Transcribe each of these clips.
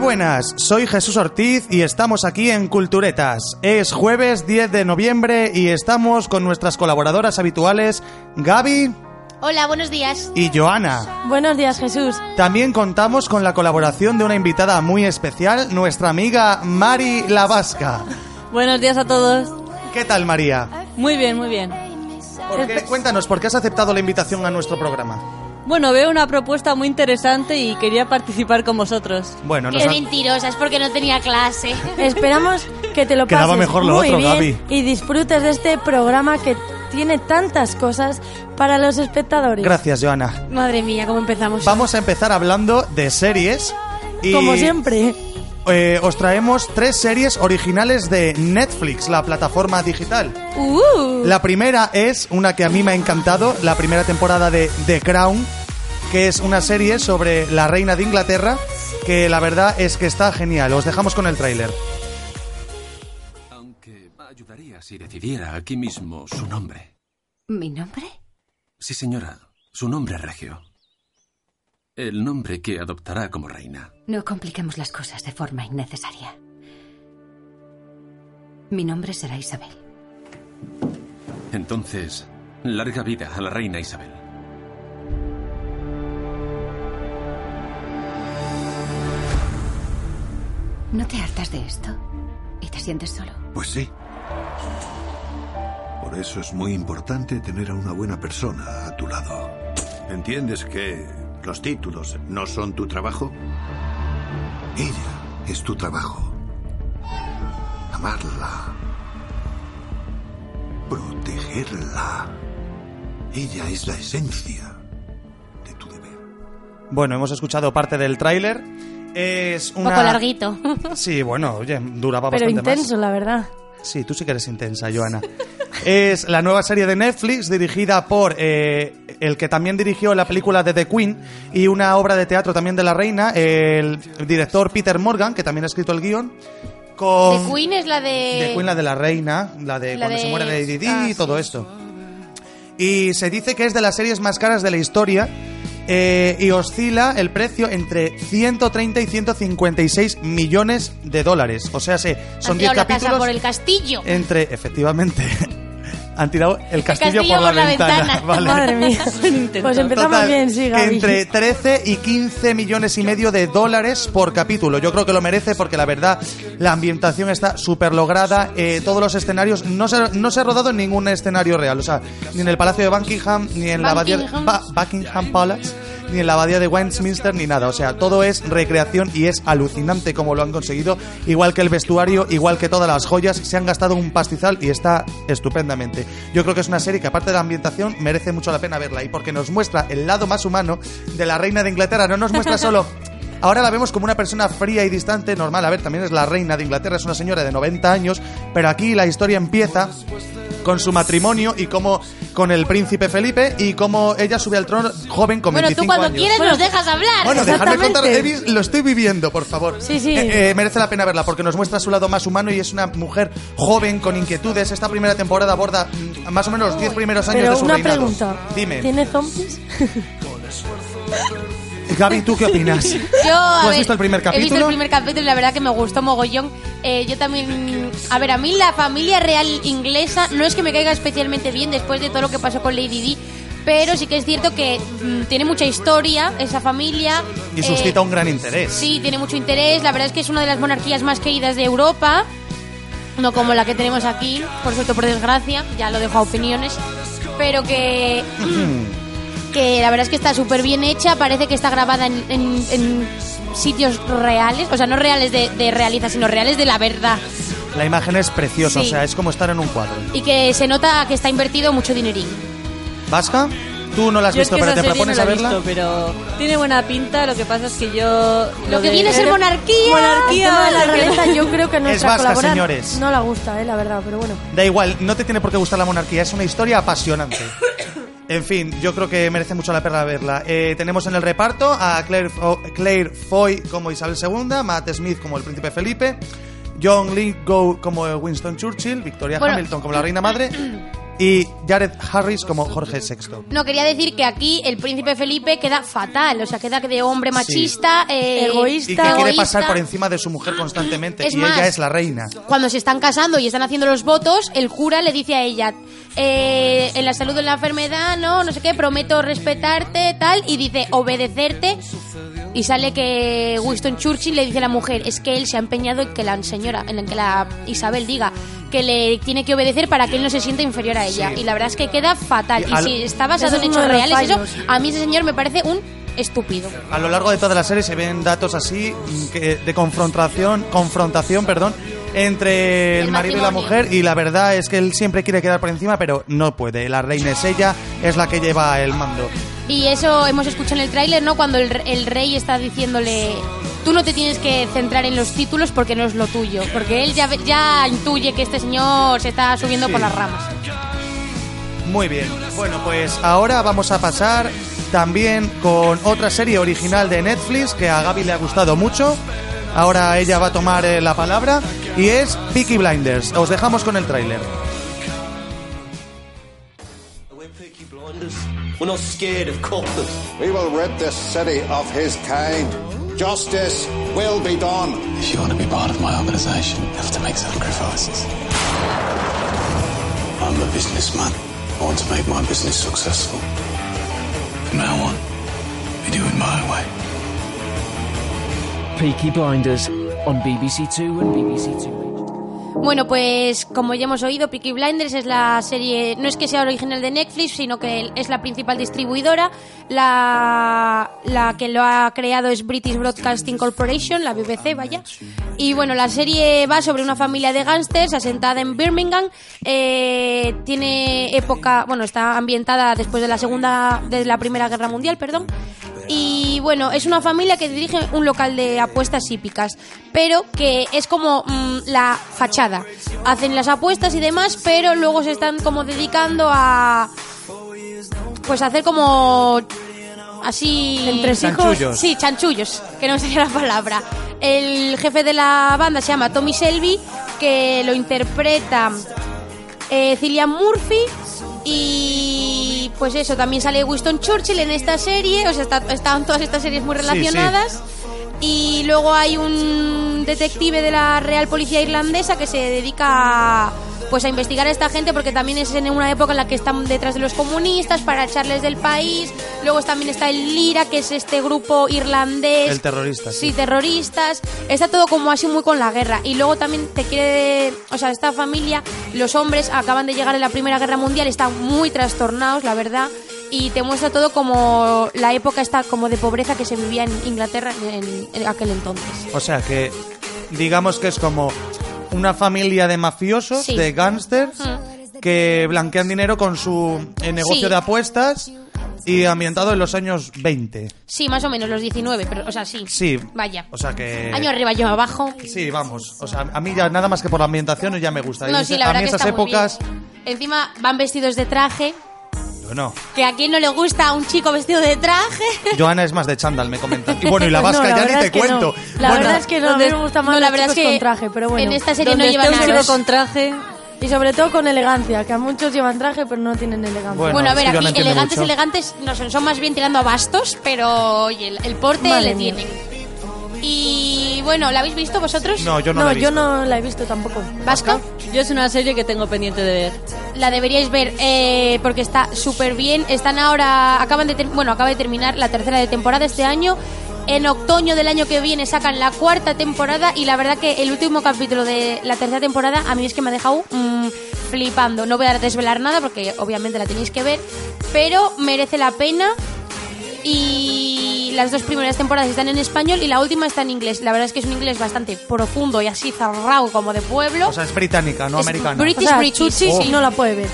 buenas, soy Jesús Ortiz y estamos aquí en Culturetas. Es jueves 10 de noviembre y estamos con nuestras colaboradoras habituales, Gaby Hola, buenos días. y Joana. Buenos días, Jesús. También contamos con la colaboración de una invitada muy especial, nuestra amiga Mari La Vasca. Buenos días a todos. ¿Qué tal, María? Muy bien, muy bien. ¿Por qué- cuéntanos, ¿por qué has aceptado la invitación a nuestro programa? Bueno, veo una propuesta muy interesante y quería participar con vosotros. Bueno, nos Qué han- mentirosa, es porque no tenía clase. Ah. Esperamos que te lo Quedaba pases mejor lo muy otro, bien Gaby. y disfrutes de este programa que tiene tantas cosas para los espectadores. Gracias, Joana. Madre mía, cómo empezamos. Vamos a empezar hablando de series. Y... Como siempre. Eh, os traemos tres series originales de Netflix, la plataforma digital. Uh, La primera es una que a mí me ha encantado, la primera temporada de The Crown, que es una serie sobre la reina de Inglaterra, que la verdad es que está genial. Os dejamos con el tráiler. Aunque ayudaría si decidiera aquí mismo su nombre. ¿Mi nombre? Sí, señora, su nombre regio. El nombre que adoptará como reina. No compliquemos las cosas de forma innecesaria. Mi nombre será Isabel. Entonces, larga vida a la reina Isabel. ¿No te hartas de esto? ¿Y te sientes solo? Pues sí. Por eso es muy importante tener a una buena persona a tu lado. ¿Entiendes que los títulos no son tu trabajo? Ella es tu trabajo. Amarla. Protegerla. Ella es la esencia de tu deber. Bueno, hemos escuchado parte del tráiler. Es Un una... poco larguito. Sí, bueno, oye, duraba Pero bastante más. intenso, la verdad. Sí, tú sí que eres intensa, Joana. Es la nueva serie de Netflix dirigida por eh, el que también dirigió la película de The Queen y una obra de teatro también de la reina, el director Peter Morgan, que también ha escrito el guión. Con The Queen es la de... The Queen, la Oh. de la reina, la de la cuando de- se muere Lady Di Ah, y todo esto. Y se dice que es de las series más caras de la historia eh, y oscila el precio entre 130 y 156 millones de dólares. O sea, se- son Han 10 tirado la casa capítulos Eh. por el castillo. entre efectivamente han tirado el castillo, castillo por la ventana. vale. Madre mía. Pues empezamos Total, bien, sí, Gaby. Entre 13 y 15 millones y medio de dólares por capítulo. Yo creo que lo merece porque la verdad la ambientación está súper lograda. eh, todos los escenarios, no se, no se ha rodado en ningún escenario real. O sea, ni en el Palacio de Buckingham, ni en la abadía de Buckingham. Ba- Buckingham Palace, ni en la abadía de Westminster, ni nada. O sea, todo es recreación y es alucinante como lo han conseguido. Igual que el vestuario, igual que todas las joyas, se han gastado un pastizal y está estupendamente. Yo creo que es una serie que, aparte de la ambientación, merece mucho la pena verla y porque nos muestra el lado más humano de la reina de Inglaterra. No nos muestra solo. Ahora la vemos como una persona fría y distante, normal. A ver, también es la reina de Inglaterra, es una señora de 90 años, pero aquí la historia empieza con su matrimonio y cómo con el príncipe Felipe y cómo ella sube al trono joven con Bueno, tú 25 cuando años. quieres nos dejas hablar. Bueno, dejadme Exactamente. contar, Evis, lo estoy viviendo, por favor. Sí, sí. Eh, eh, merece la pena verla porque nos muestra su lado más humano y es una mujer joven con inquietudes. Esta primera temporada aborda mm, más o menos los 10 primeros años de Pero su una reinado. pregunta. Dime, ¿Tiene zombies? Gaby, ¿tú qué opinas? Yo, a ¿Tú has ver, visto el primer He visto el capítulo? primer capítulo y la verdad que me gustó mogollón. Eh, yo también... A ver, a mí la familia real inglesa no es que me caiga especialmente bien después de todo lo que pasó con Lady Di, pero sí que es cierto que mm, tiene mucha historia esa familia. Y eh, suscita un gran interés. Sí, tiene mucho interés. La verdad es que es una de las monarquías más queridas de Europa. No como la que tenemos aquí, por suerte o por desgracia. Ya lo dejo a opiniones. Pero que. que la verdad es que está súper bien hecha. Parece que está grabada en, en- en sitios reales. O sea, no reales de, de realidad, sino reales de la verdad. La imagen es preciosa, Sí. o sea, es como estar en un cuadro. Y que se nota que está invertido mucho dinerín. ¿Vasca? Tú no la has Yo es visto, que pero esa te serie propones no a la he verla. visto, pero tiene buena pinta. Lo que pasa es que yo Lo que de- viene a ser monarquía. El tema de la realeza yo creo que a nuestra vasca, colaboradora señores. no la gusta, eh, la verdad, pero bueno. Da igual, no te tiene por qué gustar la monarquía, es una historia apasionante. En fin, yo creo que merece mucho la pena verla. Eh, tenemos en el reparto a Claire, Fo- Claire Foy como Isabel II, Matt Smith como el príncipe Felipe, John Lithgow como Winston Churchill, Victoria Bueno. Hamilton como la reina madre y Jared Harris como Jorge VI. No, quería decir que aquí el príncipe Felipe queda fatal, o sea, queda de hombre machista, eh, Egoísta. Y que quiere pasar egoísta. por encima de su mujer constantemente Es y más, ella es la reina. Cuando se están casando y están haciendo los votos, el cura le dice a ella, eh, en la salud o en la enfermedad, no, no sé qué, prometo respetarte, tal, y dice, obedecerte. Y sale que Winston Churchill le dice a la mujer, es que él se ha empeñado en que la señora, en que la Isabel diga que le tiene que obedecer para que él no se sienta inferior a ella. Y la verdad es que queda fatal. Y Y, al- si está Eso basado es en uno hechos de los reales, eso, fallos. a mí ese señor me parece un estúpido. A lo largo de toda la serie se ven datos así mm, que- de confrontación, confrontación, perdón, entre el, El marido y la matrimonio. mujer y la verdad es que él siempre quiere quedar por encima, pero no puede. La reina es ella, es la que lleva el mando. Y eso hemos escuchado en el tráiler, ¿no? Cuando el, el rey está diciéndole, tú no te tienes que centrar en los títulos porque no es lo tuyo. Porque él ya, ve- ya intuye que este señor se está subiendo Sí. por las ramas. Muy bien. Bueno, pues ahora vamos a pasar también con otra serie original de Netflix que a Gaby le ha gustado mucho. Ahora ella va a tomar eh, la palabra y es Peaky Blinders. Os dejamos con el tráiler. We're not scared of coppers. We will rid this city of his kind. Justice will be done. If you want to be part of my organization, you have to make sacrifices. I'm a businessman. I want to make my business successful. From now on, we do it my way. Peaky Blinders on BBC Two and BBC Two. Bueno, pues como ya hemos oído, Peaky Blinders es la serie, no es que sea original de Netflix, sino que es la principal distribuidora. La, la que lo ha creado es British Broadcasting Corporation, la BBC, vaya. Y bueno, la serie va sobre una familia de gángsters asentada en Birmingham. Eh, tiene época, bueno, está ambientada después de la segunda, de la Primera Guerra Mundial, perdón. Y bueno, es una familia que dirige un local de apuestas hípicas, pero que es como mm, la fachada. Hacen las apuestas y demás, pero luego se están como dedicando a pues a hacer como así Entresijos. Chanchullos. Sí, chanchullos, que no sé la palabra. El jefe de la banda se llama Tommy Shelby, que lo interpreta eh, Cillian Murphy y pues eso, también sale Winston Churchill en esta serie, o sea, está- están todas estas series muy Sí, relacionadas. Y luego hay un detective de la Real Policía Irlandesa que se dedica a, pues a investigar a esta gente porque también es en una época en la que están detrás de los comunistas para echarles del país. Luego también está el Lira, que es este grupo irlandés. El terrorista, sí. Sí, terroristas. Está todo como así muy con la guerra. Y luego también te quiere. O sea, esta familia, los hombres acaban de llegar en la Primera Guerra Mundial, están muy trastornados, la verdad. Y te muestra todo como la época está como de pobreza que se vivía en Inglaterra en, en aquel entonces. O sea que digamos que es como una familia de mafiosos, Sí. de gángsters, que blanquean dinero con su eh, negocio Sí. de apuestas y ambientado en los años 20. Sí, más o menos, los 19, pero, o sea, sí. Sí. Vaya. O sea que... Año arriba, año abajo. Sí, vamos. O sea, a mí ya nada más que por la ambientación ya me gusta. No, Y sí, la a verdad mí que esas está muy bien. épocas... Encima van vestidos de traje. Bueno, Que a quien no le gusta un chico vestido de traje. Joana es más de chándal, me comentan. Y bueno, y la Pues no, vasca la ya verdad ni te es que cuento. no. La Bueno, verdad es que no, a mí Donde- me gusta más no, la los verdad es chicos que con traje, pero bueno. en esta serie Donde no esté llevan un aros. chico con traje, Y sobre todo con elegancia, que a muchos llevan traje pero no tienen elegancia. Bueno. Bueno, a ver, es que yo no aquí entiendo elegantes, mucho. elegantes no son, son más bien tirando a bastos, pero oye, el, el porte Madre le mía. tienen. Y bueno, ¿la habéis visto vosotros? No, yo no, no, la he yo visto. no la he visto tampoco. ¿Vasco? yo es una serie que tengo pendiente de ver. La deberíais ver eh, porque está súper bien. Están ahora, acaban de ter- bueno, acaba de terminar la tercera de temporada este año. En otoño del año que viene sacan la cuarta temporada y la verdad que el último capítulo de la tercera temporada a mí es que me ha dejado mm, flipando. No voy a desvelar nada porque obviamente la tenéis que ver, pero merece la pena y las dos primeras temporadas están en español y la última está en inglés. La verdad es que es un inglés bastante profundo y así zarrao como de pueblo. O sea, es británica, no Es americana. brit- O sea, British, Chuchi British. no la puede ver.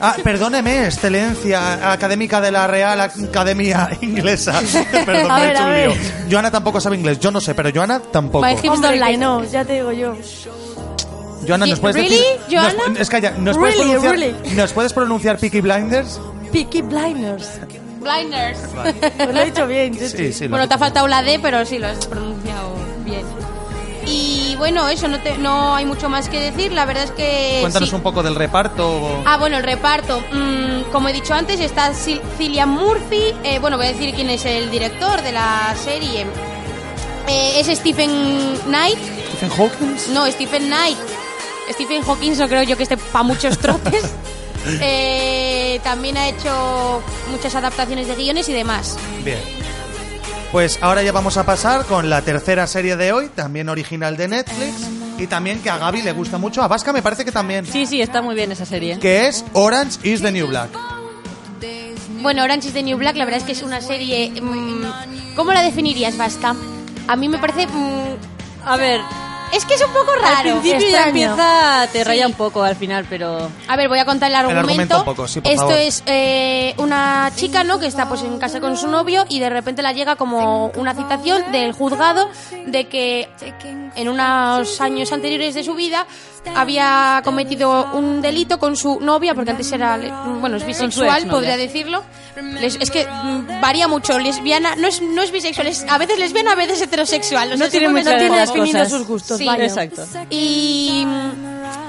Ah, perdóneme, excelencia académica de la Real Academia Inglesa. Perdón, A me he ver, hecho a un ver. lío. Joana tampoco sabe inglés, yo no sé, pero Joana tampoco. By hip- Hombre, Online. que no, ya te digo yo. Joana, ¿nos puedes Really, decir- nos- Joana? es calla, ¿nos, Really, puedes pronunciar, really. ¿nos puedes pronunciar Peaky Blinders? Peaky Blinders. Blinders. Pues lo he dicho bien, Chuchi. Sí, sí. lo- Bueno, te ha faltado la D, pero sí lo has pronunciado bien. Y bueno, eso, no, te- no hay mucho más que decir. La verdad es que. Cuéntanos sí. un poco del reparto. Ah, bueno, el reparto. Mm, como he dicho antes, está Sil- Cillian Murphy. Eh, bueno, voy a decir quién es el director de la serie. Eh, es Stephen Knight. Stephen Hawkins. No, Stephen Knight. Stephen Hawking, no creo yo que esté para muchos trotes. Eh, también ha hecho muchas adaptaciones de guiones y demás. Bien. Pues ahora ya vamos a pasar con la tercera serie de hoy, también original de Netflix y también que a Gaby le gusta mucho, a Vasca me parece que también, Sí, sí, está muy bien esa serie. que es Orange is the New Black. Bueno, Orange is the New Black, la verdad es que es una serie. mm, ¿Cómo la definirías, Vasca? A mí me parece. mm, A ver, es que es un poco al raro. principio ya extraño. empieza, te Sí. raya un poco al final, pero A ver, voy a contar el argumento. argumento un poco, sí, por Esto favor. es eh, una chica, ¿no? Que está pues en casa con su novio y de repente la llega como una citación del juzgado de que en unos años anteriores de su vida había cometido un delito con su novia, porque antes era, le- bueno, es bisexual, exnovia. podría decirlo. Les- es que mm, varía mucho, lesbiana, no es, no es bisexual, es a veces lesbiana, a veces heterosexual. O sea, No se tiene vuelve mucho No Claro, tiene las definidos cosas. sus gustos, Sí, vaya. exacto. y,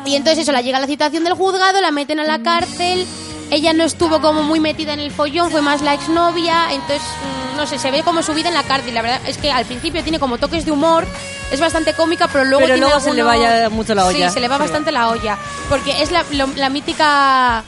y entonces eso, la llega la citación del juzgado, la meten a la cárcel. Ella no estuvo como muy metida en el follón, fue más la exnovia. Entonces, mm, no sé, se ve como su vida en la cárcel. La verdad es que al principio tiene como toques de humor, es bastante cómica, pero luego. Pero tiene luego se le va alguno- ya mucho la olla. Sí, se le va Sí. bastante la olla. Porque es la, lo- la mítica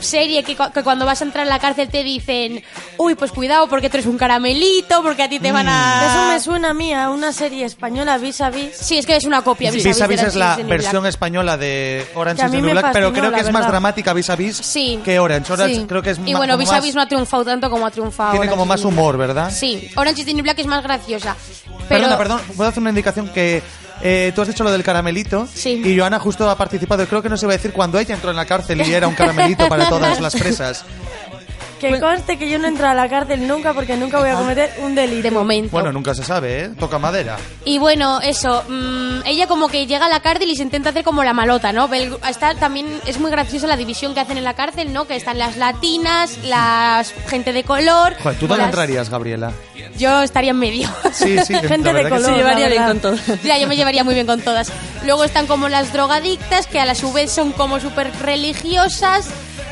serie que, cu- que cuando vas a entrar a la cárcel te dicen, uy, pues cuidado porque tú eres un caramelito, porque a ti te van a. Eso Mm. me suena a mí a una serie española vis a vis. Sí, es que es una copia. Vis Vis a Vis de es la Orange is the New versión Black. española de Orange Que a is the mí New me Black, pero fascinó, creo que la es más verdad. dramática Vis a Vis Sí. que Orange. Orange Sí. creo que es Y ma- bueno, como Vis a más- Vis no ha triunfado tanto como ha triunfado tiene Orange como is más the New humor, ¿verdad? Black. Sí, Orange is the New Black es más graciosa. Pero Perdona, perdón, puedo hacer una indicación que eh, tú has dicho lo del caramelito Sí. y Joana justo ha participado. Creo que no se iba a decir cuando ella entró en la cárcel y era un caramelito para todas las presas. Que conste que yo no entro a la cárcel nunca porque nunca voy a cometer un delito. de momento. Bueno, nunca se sabe, ¿eh? Toca madera. Y bueno, eso, mm, ella como que llega a la cárcel y se intenta hacer como la malota, ¿no? Ve el- Está, también es muy graciosa la división que hacen en la cárcel, ¿no? Que están las latinas, las gente de color. Joder, ¿Tú o dónde las- entrarías, Gabriela? Yo estaría en medio. Sí, sí, la Gente verdad de que color. se sí. llevaría la bien con verdad. todo. Ya, yo me llevaría muy bien con todas. Luego están como las drogadictas, que a la su vez son como súper religiosas.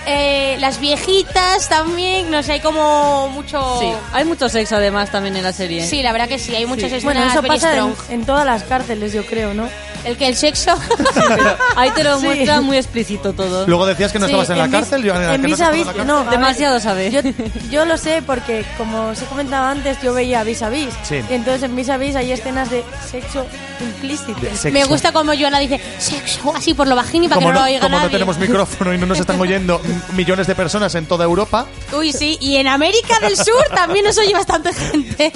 eh, las viejitas también, no sé, hay como mucho... Sí, hay mucho sexo además también en la serie. Sí, la verdad que sí, hay muchas escenas Bueno, eso very pasa en, strong. en todas las cárceles, yo creo, ¿no? El que el sexo... Ahí te lo Sí. muestra muy explícito todo. Luego decías que no Sí, estabas en la en vis- cárcel, Joana. en Ah, que no vis has a estado en vis, la cárcel. no. a ver, Demasiado sabe. Yo, yo lo sé porque, como os he comentado antes, yo veía vis a vis. Sí. Y entonces en vis a vis hay escenas de sexo implícito. De sexo. Me gusta como Joana dice sexo así por lo bajín y para que Como no, no, lo oiga como no nadie. tenemos micrófono y no nos están oyendo m- millones de personas en toda Europa, Uy, sí, y en América del Sur también nos oye bastante gente.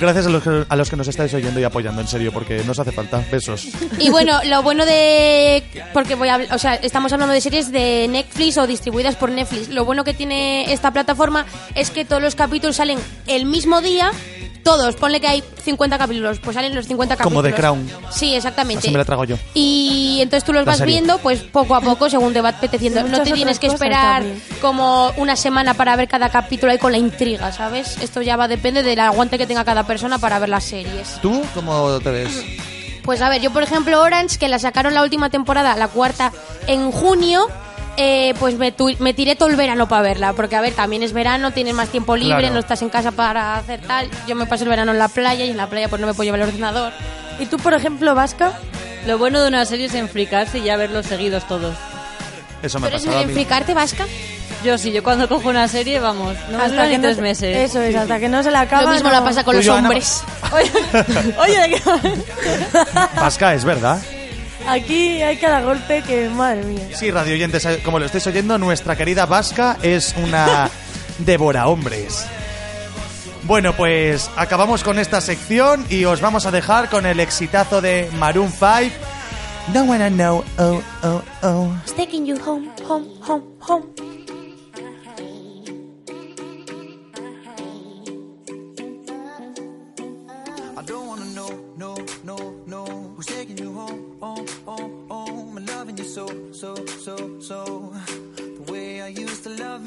gracias a los, que, a los que nos estáis oyendo y apoyando, en serio, porque nos hace falta. Besos. Y bueno, lo bueno de. Porque voy a. habl- O sea, estamos hablando de series de Netflix o distribuidas por Netflix. Lo bueno que tiene esta plataforma es que todos los capítulos salen el mismo día. Todos, ponle que hay 50 capítulos, pues salen los 50 Como capítulos. The Crown. Sí, exactamente. Así me la trago yo. Y entonces tú los La vas serie. viendo, pues poco a poco, según te va apeteciendo. Y No te muchas tienes otras que cosas esperar también. como una semana para ver cada capítulo ahí con la intriga, ¿sabes? Esto ya va, depende del aguante que tenga cada persona para ver las series. ¿Tú cómo te ves? Pues a ver, yo por ejemplo Orange, que la sacaron la última temporada, la cuarta, en junio, eh, pues me, tu- me tiré todo el verano para verla, porque a ver, también es verano, tienes más tiempo libre, Claro. no estás en casa para hacer tal, yo me paso el verano en la playa y en la playa pues no me puedo llevar el ordenador. ¿Y tú, por ejemplo, Vasca? Lo bueno de una serie es enfricarse y ya verlos seguidos todos. Eso Mm. ¿Tú me ha eres muy pasado a de mí. fricarte, Vasca? Yo sí, yo cuando cojo una serie, vamos, no me dura ni no tres se- meses. Eso es, hasta que no se la acaba. Lo mismo no. la pasa con Tú, los Joana, hombres. Oye, oye, ¿de qué va? Vasca, es verdad. Aquí hay cada golpe que, madre mía. Sí, radio oyentes, como lo estáis oyendo, nuestra querida Vasca es una devora hombres. Bueno, pues acabamos con esta sección y os vamos a dejar con el exitazo de Maroon 5. No wanna know, oh, oh, oh. Taking you home, home, home, home. I don't wanna know, no, no, no. Who's taking you home, Oh, home, home, home? And loving you so, so, so, so. The way I used to love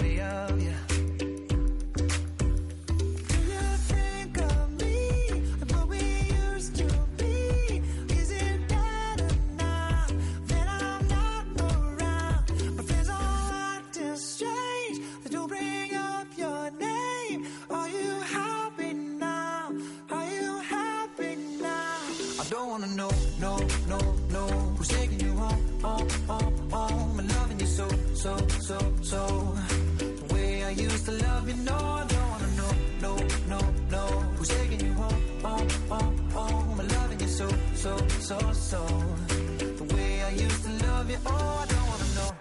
me of you. I don't wanna know, no, no, no. Who's taking you home, home, home, home? I'm loving you so, so, so, so. The way I used to love you, no, I don't wanna know, no, no, no. Who's taking you home, home, home, home? I'm loving you so, so, so, so. The way I used to love you, oh, I don't wanna know.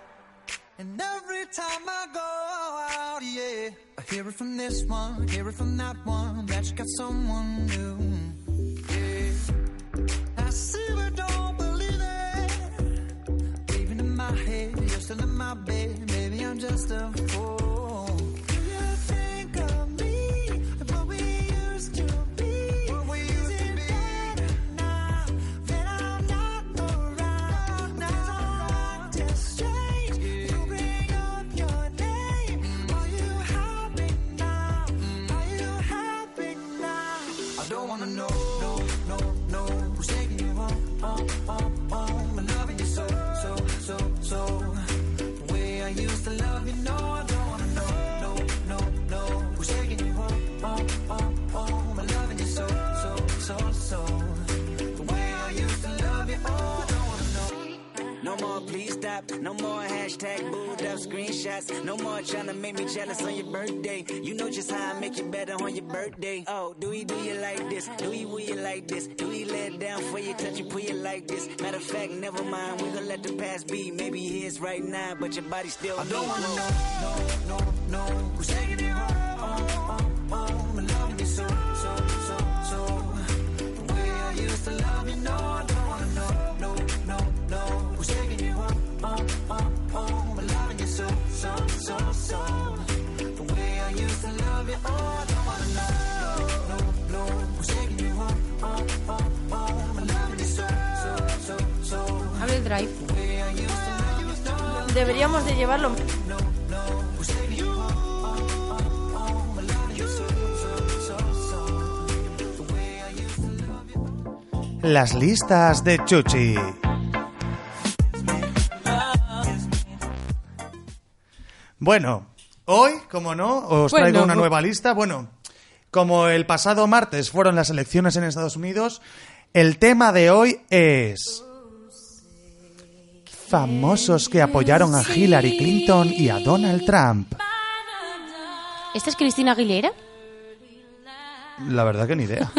And every time I go out, yeah, I hear it from this one, hear it from that one, that you got someone new. Yeah. I see but don't believe it. Even in my head, you're still in my bed. Maybe I'm just a fool. Do you think of me? What we used to be? What we used to be? Now that I'm not around, now I'm just strange. You bring up your name. Are you happy now? Are you happy now? I don't wanna know, no, no, no. Who's taking you home, home, home, home? I'm loving you so, so, so, so. The way I used to love you, no, I don't wanna know, no, no, no. Who's taking you home, home, home, home? I'm loving you so, so, so, so. The way I used to love you, oh, I don't wanna know. No more please stop, no more hashtag booed up screenshots, no more trying to make me jealous on your birthday. You know just how I make you better on your birthday. Oh, do we do you like this? Do we will you like this? Do we let it down for you, touch you, pull you like this? Matter of fact, never mind, we gonna let the past be. Maybe it is right now, but your body still I me. don't wanna know, no, no, no. Who's taking you home? Oh, oh, oh. I'm loving you so, so, so, so. The way I used to love you, no, I don't wanna know, no, no, no. Who's taking you home? Oh, oh, oh. I'm loving you so, so, so, so. The way I used to love you, oh, I don't wanna know, no, no, no. Who's taking you home? Oh, oh, oh. I'm loving you so, so, so, so. Abre el drive. The way I used to love you, no, no. Deberíamos de llevarlo. Las listas de Chuchi. Bueno, hoy, como no, os Bueno, traigo una bu- nueva lista. Bueno, como el pasado martes fueron las elecciones en Estados Unidos, el tema de hoy es... Famosos que apoyaron a Hillary Clinton y a Donald Trump. ¿Esta es Cristina Aguilera? La verdad que ni idea.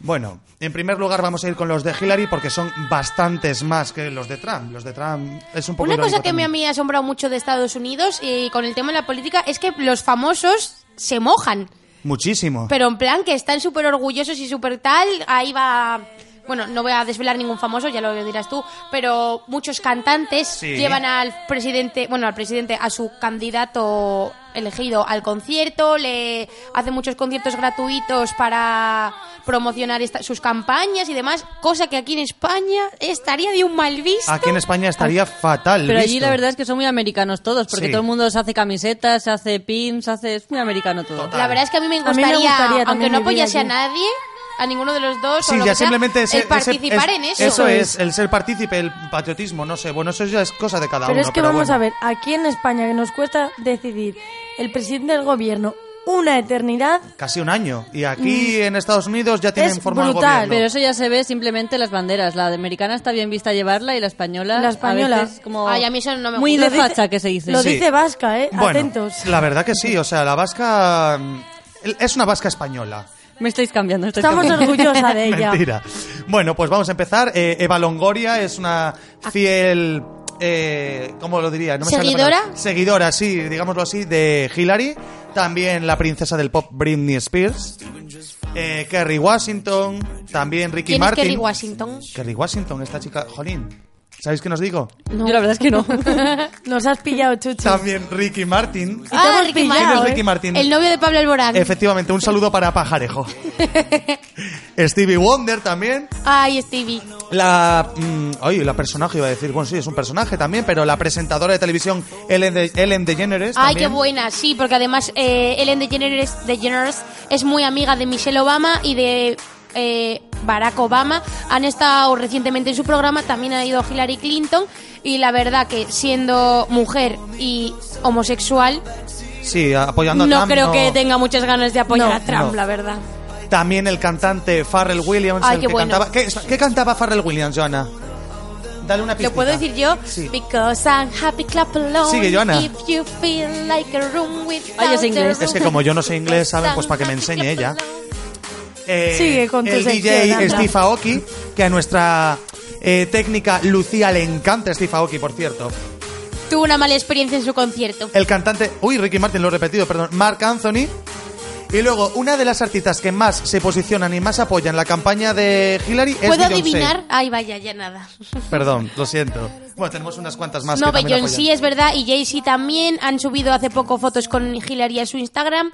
Bueno, en primer lugar vamos a ir con los de Hillary porque son bastantes más que los de Trump. Los de Trump es un poco... Una irónico cosa que me- a también. mí me ha asombrado mucho de Estados Unidos y con el tema de la política es que los famosos se mojan. Muchísimo. Pero en plan que están súper orgullosos y súper tal, ahí va... Bueno, no voy a desvelar ningún famoso, ya lo dirás tú, pero muchos cantantes Sí. llevan al presidente, bueno, al presidente, a su candidato elegido al concierto, le hacen muchos conciertos gratuitos para promocionar esta- sus campañas y demás, cosa que aquí en España estaría de un mal visto. Aquí en España estaría fatal. Pero allí visto. la verdad es que son muy americanos todos, porque Sí. todo el mundo se hace camisetas, se hace pins, se hace... Es muy americano todo. Total. La verdad es que a mí me mí me gustaría, gustaría aunque también no vivir apoyase a allí. nadie, a ninguno de los dos, Sí, o lo ya que sea, simplemente ese- el participar ese- en es- eso. Eso es, el ser partícipe, el patriotismo, no sé. Bueno, eso ya es cosa de cada Pero uno. es que vamos bueno. a ver, aquí en España que nos cuesta decidir el presidente del gobierno una eternidad, Casi un año. Y aquí en Estados Unidos ya tienen Es forma de brutal, gobierno. Pero eso ya se ve simplemente en las banderas. La de americana está bien vista llevarla y la española. La española. a veces como Ay, a mí eso no me Muy gusta. de Lo dice- facha que se dice. lo Sí. dice Vasca, ¿eh? Bueno, Atentos. la verdad que sí. O sea, la vasca... mm, Es una vasca española. Me estáis cambiando. estáis Estamos cambiando. orgullosas de ella. Mentira. Bueno, pues vamos a empezar. Eh, Eva Longoria es una Ah. fiel. eh, ¿Cómo lo diría? No me sale la ¿Seguidora? palabra. Seguidora, sí, digámoslo así, de Hillary. También la princesa del pop Britney Spears. Eh, Kerry Washington. También Ricky ¿Quién es Martin. Kerry Washington? Kerry Washington, esta chica. Jolín. ¿Sabéis qué nos digo? Yo la verdad es que no. Nos has pillado, Chucho. También Ricky Martin. te hemos pillado, ¿Quién es ¿eh? Ricky Martin? Ah, El novio de Pablo Alborán. Efectivamente, un saludo para Pajarejo. Stevie Wonder también. Ay, Stevie. La. mm, oye, la personaje iba a decir, bueno, sí, es un personaje también, pero la presentadora de televisión Ellen, de, Ellen DeGeneres. Ay, qué también. buena, sí, porque además eh, Ellen DeGeneres, DeGeneres es muy amiga de Michelle Obama y de eh, Barack Obama. Han estado recientemente en su programa, también ha ido Hillary Clinton y la verdad que siendo mujer y homosexual, Sí, apoyando a no Trump, creo que tenga muchas ganas de apoyar a Trump, no. la verdad. También el cantante Farrell Williams. Ay, el qué que bueno. cantaba, ¿qué, qué cantaba Farrell Williams, Joana? Dale una pista. ¿Lo puedo decir yo? Because I'm happy, clap along. Sigue, Joana. If you feel like a room without Ay, es inglés. a Es que como yo no sé inglés, ¿saben? Pues para que me enseñe ella. Eh, Sigue con tu El sección, DJ anda. Steve Aoki, que a nuestra eh, técnica Lucía le encanta Steve Aoki, por cierto. Tuvo una mala experiencia en su concierto. El cantante, uy, Ricky Martin, lo he repetido, perdón, Mark Anthony. Y luego, una de las artistas que más se posicionan y más apoyan la campaña de Hillary es ¿Puedo Beyoncé. adivinar? Ay, vaya, ya nada. Perdón, lo siento. Bueno, tenemos unas cuantas más. no, que también apoyan. Beyoncé es verdad y Jay-Z también han subido hace poco fotos con Hillary a su Instagram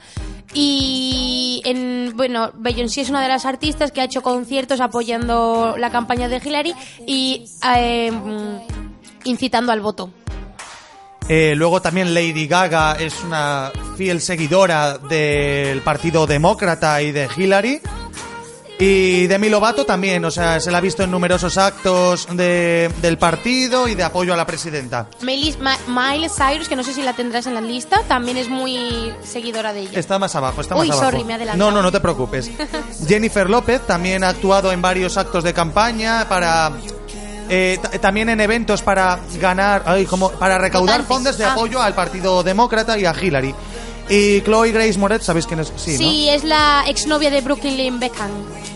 y en, bueno, Beyoncé es una de las artistas que ha hecho conciertos apoyando la campaña de Hillary y eh, incitando al voto. Eh, luego también Lady Gaga es una fiel seguidora del Partido Demócrata y de Hillary. Y Demi Lovato también, o sea, se la ha visto en numerosos actos de- del partido y de apoyo a la presidenta. Miley- Ma- Miley Cyrus, que no sé si la tendrás en la lista, también es muy seguidora de ella. Está más abajo, está más Uy, abajo. sorry, me he adelantado. No, no, no te preocupes. Jennifer López también ha actuado en varios actos de campaña para... eh, ta- también en eventos para ganar, ay, como para recaudar Votantes. fondos de Ah. apoyo al Partido Demócrata y a Hillary. Y Chloe Grace Moretz, ¿sabéis quién es? Sí, Sí, ¿no? es la exnovia de Brooklyn Lynn Beckham.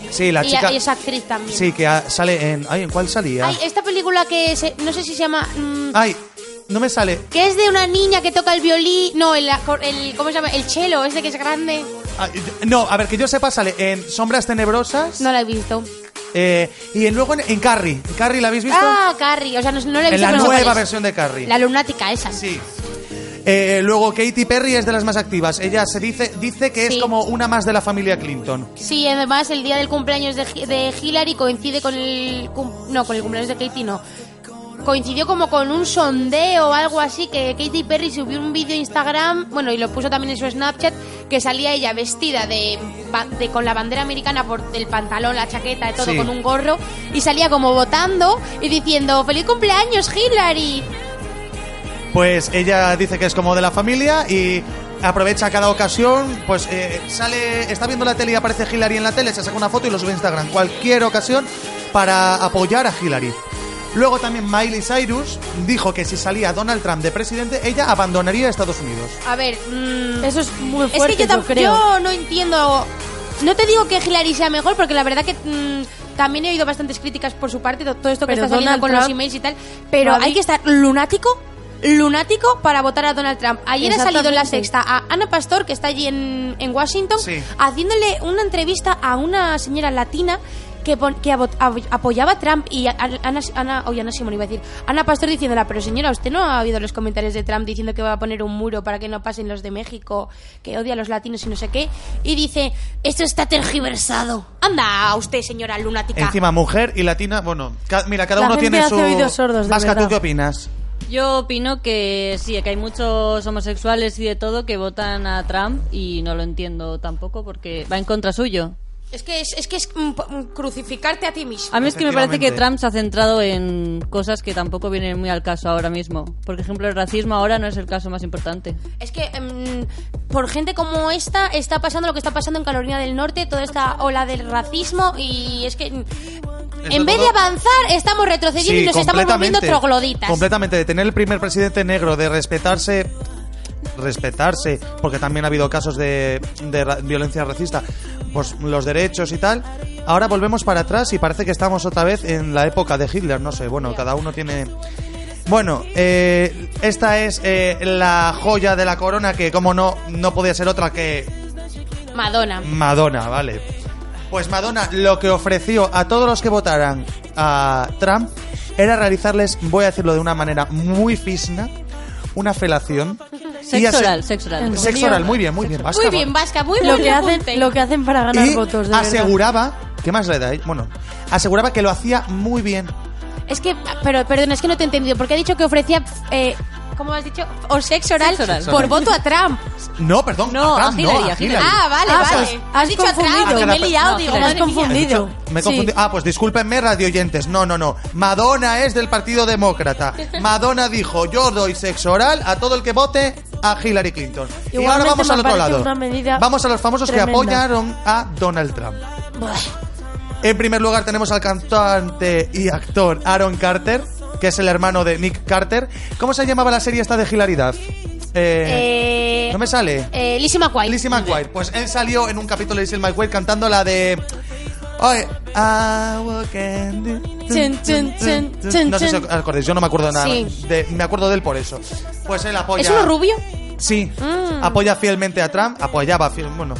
Sí, la y, chica. y es actriz también. Sí, que ah, sale en. Ay, ¿en cuál salía? Ay, em. Ay, esta película que se- no sé si se llama... mm, Ah. no me sale. Que es de una niña que toca el violín. No, el, acor- el- ¿cómo se llama? El chelo, ese que es grande. Ay, no, a ver, que yo sepa, sale en Sombras Tenebrosas No la he visto. eh, y en- luego en, en Carrie. ¿En Carrie la habéis visto? Ah, Carrie. O sea, no, no la he en visto. la pero no sé nueva cuál es. versión de Carrie. La lunática esa. Sí. Eh, luego Katy Perry es de las más activas. Ella se dice, dice que es como una más de la familia Clinton. Sí, además el día del cumpleaños de, Hi- de Hillary coincide con el... cum- No, con el cumpleaños de Katie no. Coincidió como con un sondeo o algo así que Katy Perry subió un vídeo a Instagram, bueno, y lo puso también en su Snapchat, que salía ella vestida de, ba- de- con la bandera americana por el pantalón, la chaqueta, y todo, Sí. con un gorro, y salía como votando y diciendo, ¡Feliz cumpleaños, Hillary! Pues ella dice que es como de la familia y aprovecha cada ocasión, pues eh, sale, está viendo la tele y aparece Hillary en la tele, se saca una foto y lo sube a Instagram. Cualquier ocasión para apoyar a Hillary. Luego también Miley Cyrus dijo que si salía Donald Trump de presidente, ella abandonaría Estados Unidos. A ver, mm, Eso es muy Es fuerte, que yo, yo tam- creo. yo no entiendo. No te digo que Hillary sea mejor, porque la verdad que mm, también he oído bastantes críticas por su parte, to- todo esto que Pero está saliendo Donald con los Trump- emails y tal. Pero Javi- hay que estar lunático, lunático para votar a Donald Trump. Ayer ha salido en la sexta a Ana Pastor, que está allí en, en Washington, Sí. haciéndole una entrevista a una señora latina. Que, pon- que abo- ab- apoyaba a Trump y a- a- Ana, Ana, oye, Ana Simón iba a decir, Ana Pastor diciéndola, pero señora, usted no ha oído los comentarios de Trump diciendo que va a poner un muro para que no pasen los de México, que odia a los latinos y no sé qué, y dice, esto está tergiversado. Anda, usted, señora lunática. Encima mujer y latina, bueno, ca- mira, cada La uno gente tiene hace su... oídos sordos, de Vasca, ¿tú verdad. qué opinas? Yo opino que sí, que hay muchos homosexuales y de todo que votan a Trump y no lo entiendo tampoco porque va en contra suyo. Es que es, es que es mm, p- mm, crucificarte a ti mismo. A mí es que me parece que Efectivamente. Trump se ha centrado en cosas que tampoco vienen muy al caso ahora mismo. Por ejemplo, el racismo ahora no es el caso más importante. Es que mm, por gente como esta está pasando lo que está pasando en Carolina del Norte, toda esta ola del racismo y es que mm, en vez de todo- avanzar estamos retrocediendo y nos estamos volviendo completamente. trogloditas. Completamente, de tener el primer presidente negro, de respetarse respetarse, porque también ha habido casos de, de ra- violencia racista, pues los derechos y tal. Ahora volvemos para atrás y parece que estamos otra vez en la época de Hitler, no sé, bueno, cada uno tiene Bueno, eh, esta es eh, la joya de la corona que, como no, no podía ser otra que Madonna. Madonna, vale. Pues Madonna lo que ofreció a todos los que votaran a Trump era realizarles, voy a decirlo de una manera muy fisna, una felación. y Sexo ase- oral, sexo oral. Sexo oral, muy bien, muy bien. vasca, Muy bien, Vasca, muy Lo bien. que hacen, lo que hacen para ganar y votos, de verdad. aseguraba, ¿qué más le da? ahí? Bueno, aseguraba que lo hacía muy bien. Es que, pero perdona, es que no te he entendido. Porque ha dicho que ofrecía, eh, ¿cómo has dicho? O sexo oral, Sexo oral. por voto a Trump. No, perdón, No, a pues, a Trump, Hillary, no, a Hillary. Ah, vale, vale. Has dicho a Trump, que me he liado, digo, me madre mía. confundido. Me he Sí. confundido. Ah, pues discúlpenme, radio oyentes. No, no, no. Madonna es del Partido Demócrata. Madonna dijo, yo doy sexo oral a todo el que vote a Hillary Clinton. y ahora Igualmente vamos me al otro parece lado. una medida Vamos a los famosos que tremenda. apoyaron a Donald Trump. En primer lugar tenemos al cantante y actor Aaron Carter, que es el hermano de Nick Carter. ¿Cómo se llamaba la serie esta de Hilaridad? Eh, Eh, no me sale. Eh, Lizzie McGuire. Lizzie McGuire. Pues él salió en un capítulo de Lizzie McGuire cantando la de... Oye, I walk in the- Chun, chun, chun, chun, No sé si chun. os acordáis, yo no me acuerdo de nada. Sí. de- me acuerdo de él por eso. Pues él apoya... ¿Es uno rubio? Sí. Mm. Apoya fielmente a Trump. Apoyaba fiel, Bueno.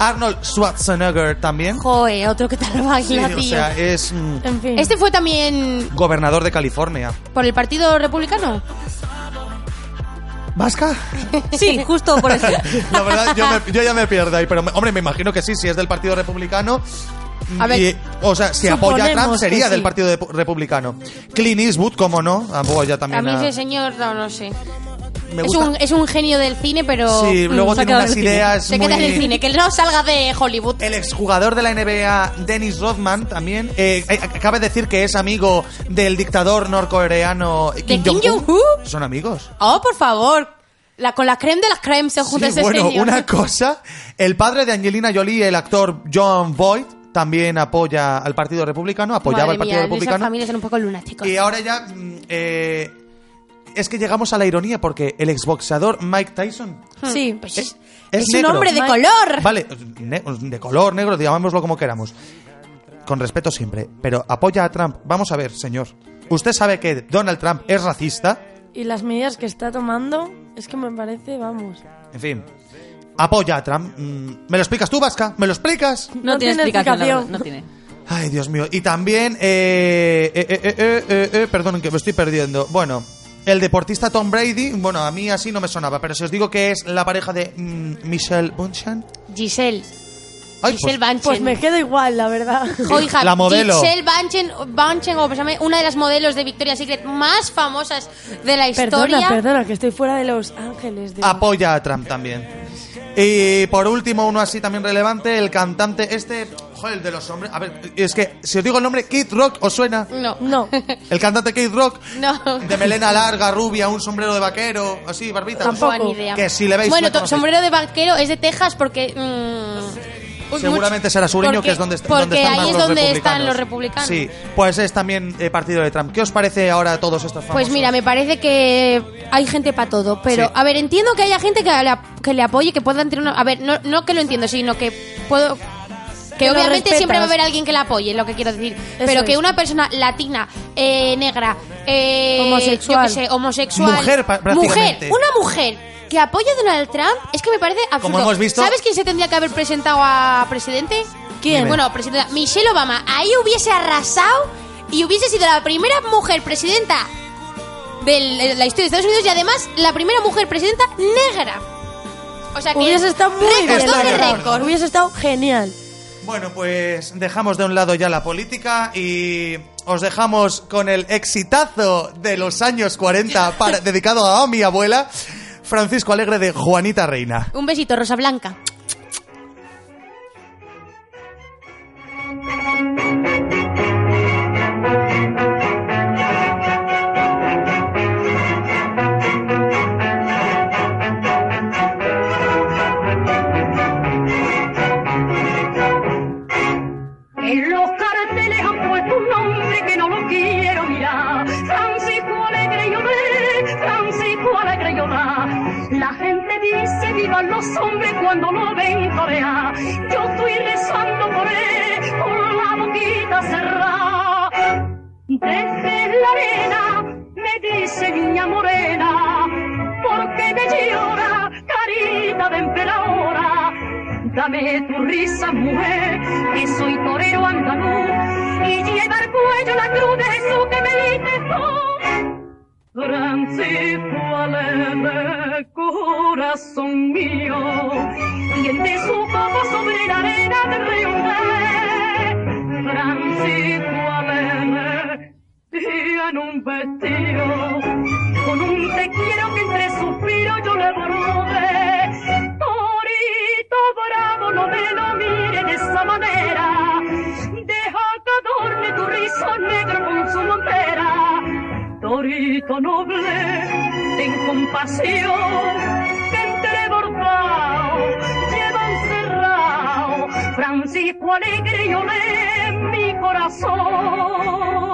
Arnold Schwarzenegger también. Joder, otro que tal Sí, baila, o tío. sea, es mm, Este fue también gobernador de California. por el Partido Republicano. ¿Vasca? Sí, justo por eso. La verdad, yo, me- yo ya me pierdo ahí, pero me- hombre, me imagino que sí, si es del Partido Republicano. A ver, y, o sea, si apoya a Trump suponemos sería que del sí. Partido de- Republicano. Clint Eastwood, como no, apoya también También a- ese señor, no, no sé. Me Es gusta- un, es un genio del cine, pero. mm, Sí, luego tiene unas ideas Se queda en muy- Eh. el cine, que no salga de Hollywood. El exjugador de la NBA, Dennis Rodman, también. Eh, eh, cabe decir que es amigo del dictador norcoreano Kim Kim Jong-un. Jong-un? Son amigos. Oh, por favor. La, con la creme de las cremes se junta Sí, ese bueno, señor. una cosa. El padre de Angelina Jolie, el actor John Boyd, también apoya al Partido Republicano, apoyaba Madre al Partido mía, Esas Republicano. familias son un poco lunáticos. Y ahora ya mm, eh, es que llegamos a la ironía porque el exboxeador Mike Tyson Hmm, Sí, pues es, es un negro. hombre de color. Vale, ne- de color, negro, llamémoslo como queramos. Con respeto siempre, pero apoya a Trump. Vamos a ver, señor. ¿Usted sabe que Donald Trump es racista? Y las medidas que está tomando, es que me parece, vamos. En fin. Apoya a Trump. Mm, ¿Me lo explicas tú, Vasca? ¿Me lo explicas? No, tiene, explicación, la verdad, no tiene. Ay, Dios mío. Y también, eh, eh, eh, eh, eh, eh, eh, perdón, que me estoy perdiendo. Bueno, el deportista Tom Brady, bueno, a mí así no me sonaba, pero si os digo que es la pareja de mm, Michelle Bunchen. Giselle. Ay, Giselle pues- Bunchen. Pues me quedo igual, la verdad. Joija, La modelo. Giselle Bunchen, Bunchen, o pásame, una de las modelos de Victoria's Secret más famosas de la historia. Perdona, perdona, que estoy fuera de Los Ángeles. De... Apoya a Trump también. Y por último, uno así también relevante, el cantante este, joder, el de los hombres. A ver, es que si os digo el nombre, Kid Rock, ¿os suena? No. No. El cantante Kid Rock, no. de melena larga, rubia, un sombrero de vaquero, así, barbita. Tampoco. Ni idea. Que si le veis... Bueno, le to- conocéis. sombrero de banquero es de Texas porque. mm, uy, Seguramente mucho- será sureño, porque- que es donde, est- Porque donde están más ahí es los donde republicanos. están los republicanos. Sí, pues es también eh, partido de Trump. ¿Qué os parece ahora a todos estos famosos? Pues mira, me parece que hay gente para todo, pero Sí. a ver, entiendo que haya gente que le, ap- que le apoye, que puedan tener una... A ver, no, no que lo entiendo, sino que puedo... Que, Que lo obviamente respetas. siempre va a haber alguien que la apoye, es lo que quiero decir. pero que es. una persona latina, eh, negra, eh, Homosexual. yo qué sé, homosexual, Mujer, pa- prácticamente. mujer, una mujer que apoye a Donald Trump, es que me parece absurdo. hemos visto- ¿Sabes quién se tendría que haber presentado a presidente? ¿Quién? Dime. Bueno, presidenta Michelle Obama. Ahí hubiese arrasado y hubiese sido la primera mujer presidenta de la historia de Estados Unidos y además la primera mujer presidenta negra. O sea que Hubiese estado muy récord, bien, doble la verdad. récord. Hubiese estado genial. Bueno, pues dejamos de un lado ya la política y os dejamos con el exitazo de los años 40 para- dedicado a mi abuela, Francisco Alegre de Juanita Reina. Un besito, Rosa Blanca. En los carteles han puesto un nombre que no lo quiero mirar. Francisco Alegre yo de, Francisco Alegre yo da. La gente dice vivan los hombres cuando lo ven torear. Yo estoy rezando por él con la boquita cerrada. Desde la arena me dice niña morena, ¿por qué me llora, carita de emperadora? Dame tu risa, mujer, que soy torero andaluz, y lleva al cuello la cruz de Jesús que me diste tú. Francisco alegre, corazón mío, tiende su copa sobre la arena del río Grande. Francisco alegre, en un vestido, con un te quiero que entre suspiros yo le borré. Torito bravo, no me lo mire de esa manera, deja que adorne tu rizo negro con su montera. Torito noble, ten compasión, que entre bordao lleva encerrado Francisco alegre y olé mi corazón.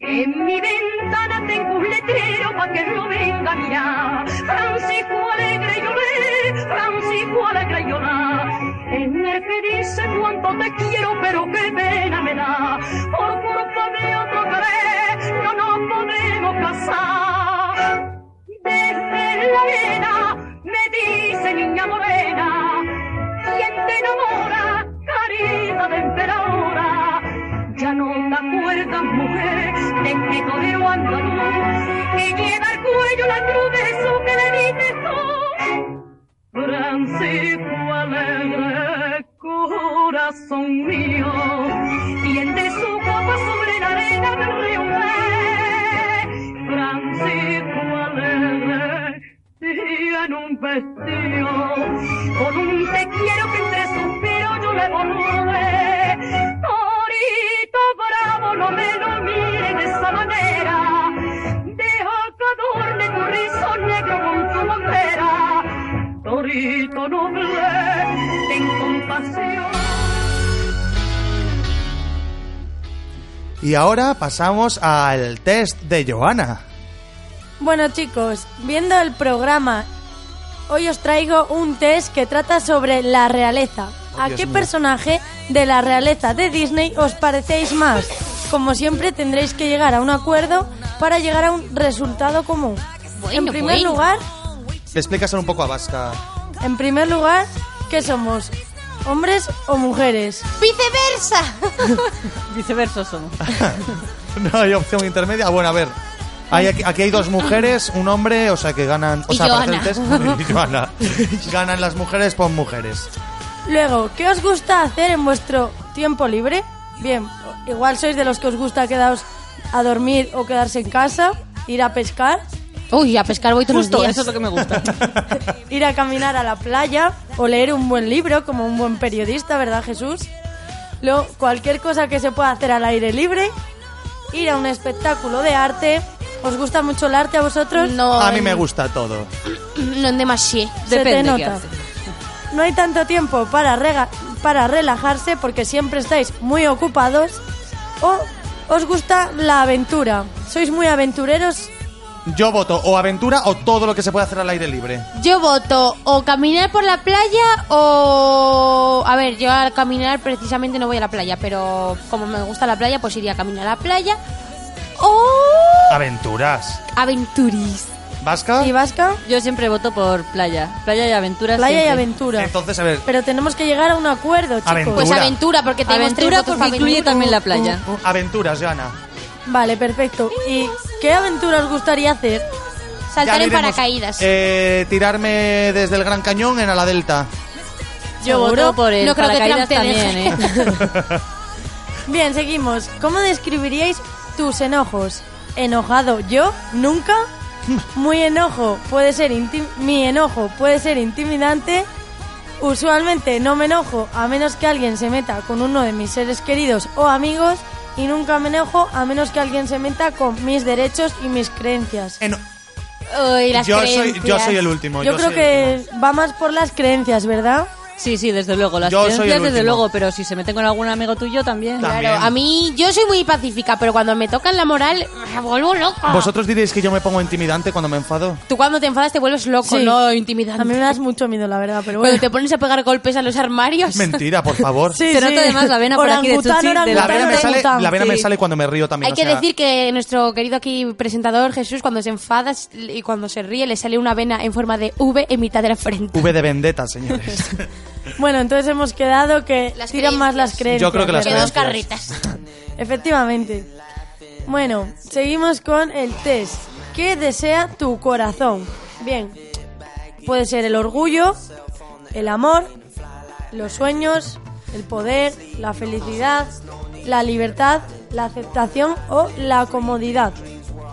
En mi ventana tengo un letrero pa' que no venga a mirar. Francisco alegre lloré, Francisco alegre llorar. En el que dice cuánto te quiero, pero qué pena me da. Por culpa de otro querer, no nos podemos casar. Desde la arena me dice niña morena, ¿quién te enamora? Carita de emperadora. Ya no te acuerdas, mujer, de que torero andaluz que lleva al cuello la cruz de Jesús que le diste tú. Francisco alegre, corazón mío, tiende su copa sobre la arena del río Grande. Francisco alegre, en un vestido, con un te quiero que entre suspiros yo le volveré. Torito bravo, no me lo mire de esa manera, deja que adorne tu rizo negro con su bandera. Torito noble, ten compasión. Y ahora pasamos al test de Joana. Bueno chicos, viendo el programa, hoy os traigo un test que trata sobre la realeza. ¿A Oh, Dios qué mío. personaje de la realeza de Disney os parecéis más? Como siempre tendréis que llegar a un acuerdo para llegar a un resultado común. en primer bueno. lugar, Le explicas un poco a Vasca. en primer lugar, ¿qué somos? ¿Hombres o mujeres? Viceversa. Viceversa somos. No hay opción intermedia. Ah, Bueno, a ver. Hay, aquí, aquí hay dos mujeres, un hombre, o sea que ganan. O Y sea, para hacer Joana. el test- y Joana. Ganan las mujeres por mujeres. Luego, ¿qué os gusta hacer en vuestro tiempo libre? Bien, igual sois de los que os gusta quedaros a dormir o quedarse en casa, ir a pescar. Uy, a pescar voy Justo, eso es lo que me gusta. Ir a caminar a la playa o leer un buen libro como un buen periodista, ¿verdad Jesús? Luego, cualquier cosa que se pueda hacer al aire libre, ir a un espectáculo de arte. ¿Os gusta mucho el arte a vosotros? No. A mí me gusta todo. No en demasiado. Depende qué nota. haces. No hay tanto tiempo para, rega- para relajarse porque siempre estáis muy ocupados. O os gusta la aventura. Sois muy aventureros. Yo voto o aventura o todo lo que se puede hacer al aire libre. Yo voto o caminar por la playa o... A ver, yo al caminar precisamente no voy a la playa, pero como me gusta la playa, pues iría a caminar a la playa o Aventuras. aventuris. Ah. ¿Vasca? ¿Y Vasca? Yo siempre voto por playa. Playa y aventura. Playa y siempre. aventura. Entonces, a ver. Pero tenemos que llegar a un acuerdo, chicos. Aventura. Pues aventura, porque tenemos tres Aventura votos porque para incluye aventura. también la playa. Uh, uh, aventuras, Joana. Vale, perfecto. ¿Y qué aventura os gustaría hacer? Ya lo iremos. Eh, tirarme desde el Gran Cañón en a la Delta. Yo voto por el No creo que paracaídas Trump te también, deje. ¿eh? Bien, seguimos. ¿Cómo describiríais tus enojos? ¿Enojado yo? ¿Nunca? Muy enojo puede ser inti- mi enojo puede ser intimidante. Usualmente no me enojo a menos que alguien se meta con uno de mis seres queridos o amigos y nunca me enojo a menos que alguien se meta con mis derechos y mis creencias. Uy, las Yo soy- yo creencias. soy el último, Yo, yo creo soy el que va más por las creencias, ¿verdad? Sí, sí, desde luego. Las Yo soy el creencias, desde último. luego, pero si se meten con algún amigo tuyo también. Claro, a mí yo soy muy pacífica, pero cuando me tocan la moral me vuelvo loca. ¿Vosotros diréis que yo me pongo intimidante cuando me enfado? Tú cuando te enfadas te vuelves loco, Sí. no intimidante. A mí me das mucho miedo, la verdad, pero Cuando te pones a pegar golpes a los armarios. Mentira, por favor. Sí, Se nota sí. además la vena por aquí de Orangután, Chuchi, de la- La vena, me orangután, sale, la vena me sí. sale cuando me río también. Hay o que sea, decir que nuestro querido aquí presentador Jesús, cuando se enfada y cuando se ríe, le sale una vena en forma de V en mitad de la frente. V de vendetta, señores. Bueno, entonces hemos quedado que tiran más las creencias. Yo creo que las ¿verdad? creencias. Efectivamente. Bueno, seguimos con el test. ¿Qué desea tu corazón? Bien, puede ser el orgullo, el amor, los sueños, el poder, la felicidad, la libertad, la aceptación o la comodidad.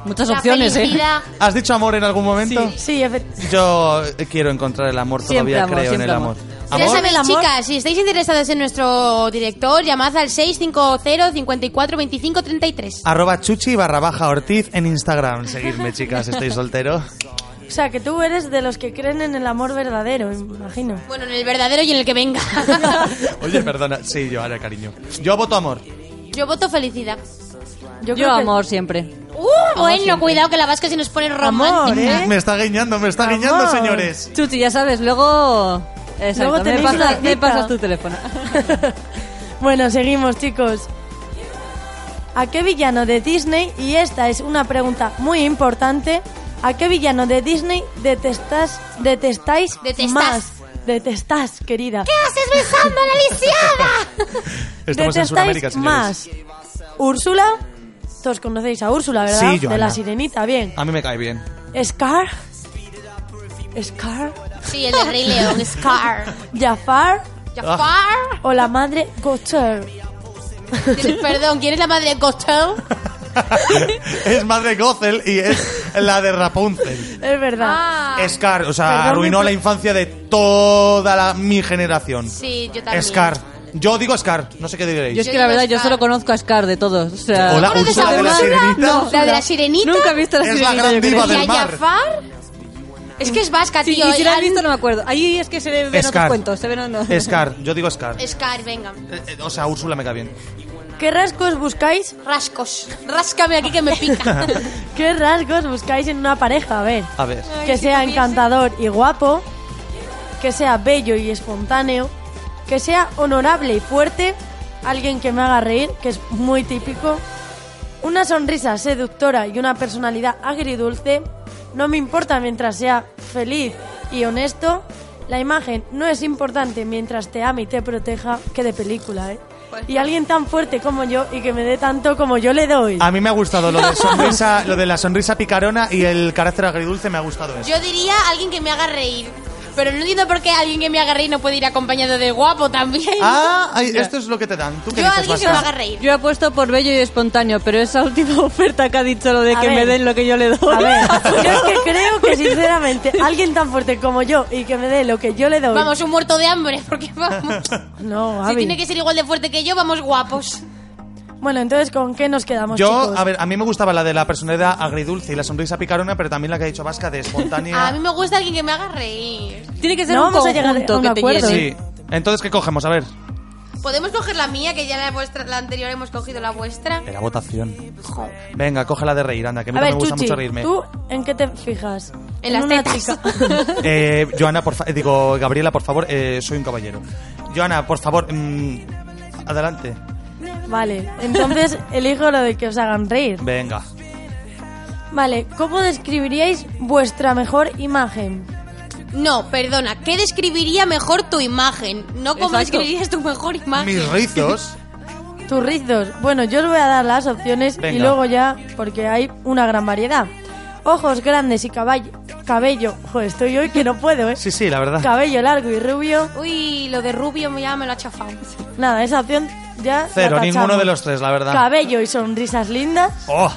Muchas La opciones, ¿eh? felicidad. ¿Has dicho amor en algún momento? Sí, efectivamente. Yo quiero encontrar el amor, Siempre todavía amor, creo en siempre el amor. Ya ¿Amor? sabéis, chicas, si estáis interesados en nuestro director, llamad al 650 54 25 33. Arroba chuchi barra baja ortiz en Instagram. Seguidme, chicas, estoy soltero. O sea, que tú eres de los que creen en el amor verdadero, imagino. Bueno, en el verdadero y en el que venga. Oye, perdona. Sí, yo, ahora, cariño. Yo voto amor. Yo voto felicidad. Yo, creo que- amor siempre. Uh, bueno, cuidado que la vasca se nos pone romántica. Me está guiñando, me está guiñando, señores. Chuchi, ya sabes, luego. Exacto, Luego me, tenéis pasas- una me cita. pasas tu teléfono. Bueno, seguimos, chicos. ¿A qué villano de Disney, y esta es una pregunta muy importante, ¿a qué villano de Disney detestas, detestáis Detestás. más? Detestás, querida. ¿Qué haces besando a la lisiada? Estamos en ¿Detestáis Sudamérica, señores. más? ¿Úrsula? Todos conocéis a Úrsula, ¿verdad? Sí, de la Joana. sirenita, bien. A mí me cae bien. ¿Scar? ¿Scar? Sí, el de Rey León, Scar. ¿Jafar? Jafar. ¿O la madre Gotcher? Perdón, ¿quién es la madre de Costello? Es madre Gothel y es la de Rapunzel. Es verdad. Ah, Scar, o sea, Perdón, arruinó mi- la infancia de toda la- mi generación. Sí, yo también. este Scar. Yo digo Scar, no sé qué diréis. Yo es que la verdad, yo solo conozco a Scar de todos. O sea, Hola, ¿Tú conoces Úrsula a de la Úrsula? Sirenita. No, La de Úrsula. la sirenita. Nunca he visto a la Es la sirenita. gran yo creo. diva ¿Y del a mar. Jafar? Es que es vasca, Sí, tío. y si la Han- has visto no me acuerdo. Ahí es que se ven otros Scar. cuentos, se este ven otros. Scar, yo digo Scar. Scar, venga. Eh, eh, O sea, Úrsula me cae bien. ¿Qué rasgos buscáis? Rascos. Ráscame aquí que me pica. ¿Qué rasgos buscáis en una pareja? A ver. A ver. que sea encantador y guapo, que sea bello y espontáneo, que sea honorable y fuerte, alguien que me haga reír, que es muy típico, una sonrisa seductora y una personalidad agridulce, no me importa mientras sea feliz y honesto, la imagen no es importante mientras te ame y te proteja, que de película, ¿eh? Y alguien tan fuerte como yo y que me dé tanto como yo le doy. A mí me ha gustado lo de, sonrisa, lo de la sonrisa picarona y el carácter agridulce, me ha gustado eso. Yo diría alguien que me haga reír. Pero no entiendo por qué alguien que me haga reír no puede ir acompañado de guapo también. Ah, ay, esto es lo que te dan. ¿Tú qué dices, Vasca? reír. Yo he puesto por bello y espontáneo, pero esa última oferta que ha dicho lo de A que ver. me den lo que yo le doy. A ver, yo es que creo que sinceramente alguien tan fuerte como yo y que me dé lo que yo le doy. Vamos, un muerto de hambre, porque vamos. No, si Gaby. tiene que ser igual de fuerte que yo, vamos guapos. Bueno, entonces con qué nos quedamos, Yo, chicos? a ver, a mí me gustaba la de la personalidad agridulce y la sonrisa picarona, pero también la que ha dicho Vasca de A espontánea. mí me gusta alguien que me haga reír. Tiene que ser No un vamos a llegar a conjunto un que te acuerdo, llene. Sí. Entonces, ¿qué cogemos? A ver. ¿Podemos coger la mía, que ya la, vuestra, la anterior hemos cogido la vuestra? Era votación. Venga, coge la de reír, anda, que a mí A no ver, me gusta Chuchi, mucho reírme. ¿tú en qué te fijas? En las una tetas. chica. Eh, Joana, por fa- eh, digo, Gabriela, por favor, eh, soy un caballero. Joana, por favor, mm, adelante. vale, entonces elijo lo de que os hagan reír. Venga. Vale, ¿cómo describiríais vuestra mejor imagen? No, perdona. ¿Qué describiría mejor tu imagen? No cómo Exacto. describirías tu mejor imagen. Mis rizos. Tus rizos. Bueno, yo os voy a dar las opciones y Venga. luego ya, porque hay una gran variedad. Ojos grandes y caballo, cabello. Joder, estoy hoy que no puedo, ¿eh? Sí, sí, la verdad. Cabello largo y rubio. Uy, lo de rubio ya me lo ha chafado. Nada, esa opción ya. la Cero, tachamos. ninguno de los tres, la verdad. Cabello y sonrisas lindas. Oh,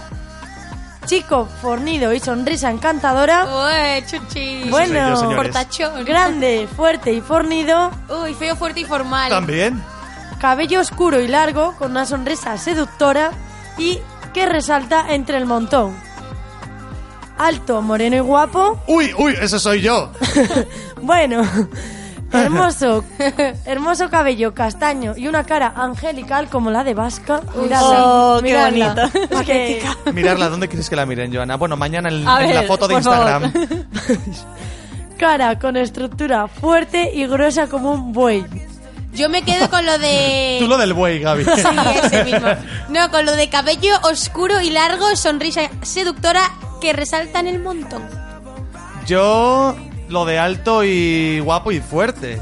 Chico fornido y sonrisa encantadora. Uy, chuchi. yo, Bueno, señores. Portachón. grande, fuerte y fornido. Uy, feo, fuerte y formal. también. Cabello oscuro y largo con una sonrisa seductora y que resalta entre el montón. Alto, moreno y guapo. Uy, uy, ese soy yo. Bueno, Hermoso, hermoso cabello castaño y una cara angelical como la de Vasca. Uy, Miradla, Oh, qué miradla. bonito. Es que- Mirarla, ¿dónde quieres que la miren, Joana? Bueno, mañana en, A en la ver, foto de por favor. Instagram. cara con estructura fuerte y gruesa como un buey. Yo me quedo con lo de... Tú lo del buey, Gaby. No, con lo de cabello oscuro y largo, sonrisa seductora que resalta en el montón. Yo lo de alto y guapo y fuerte.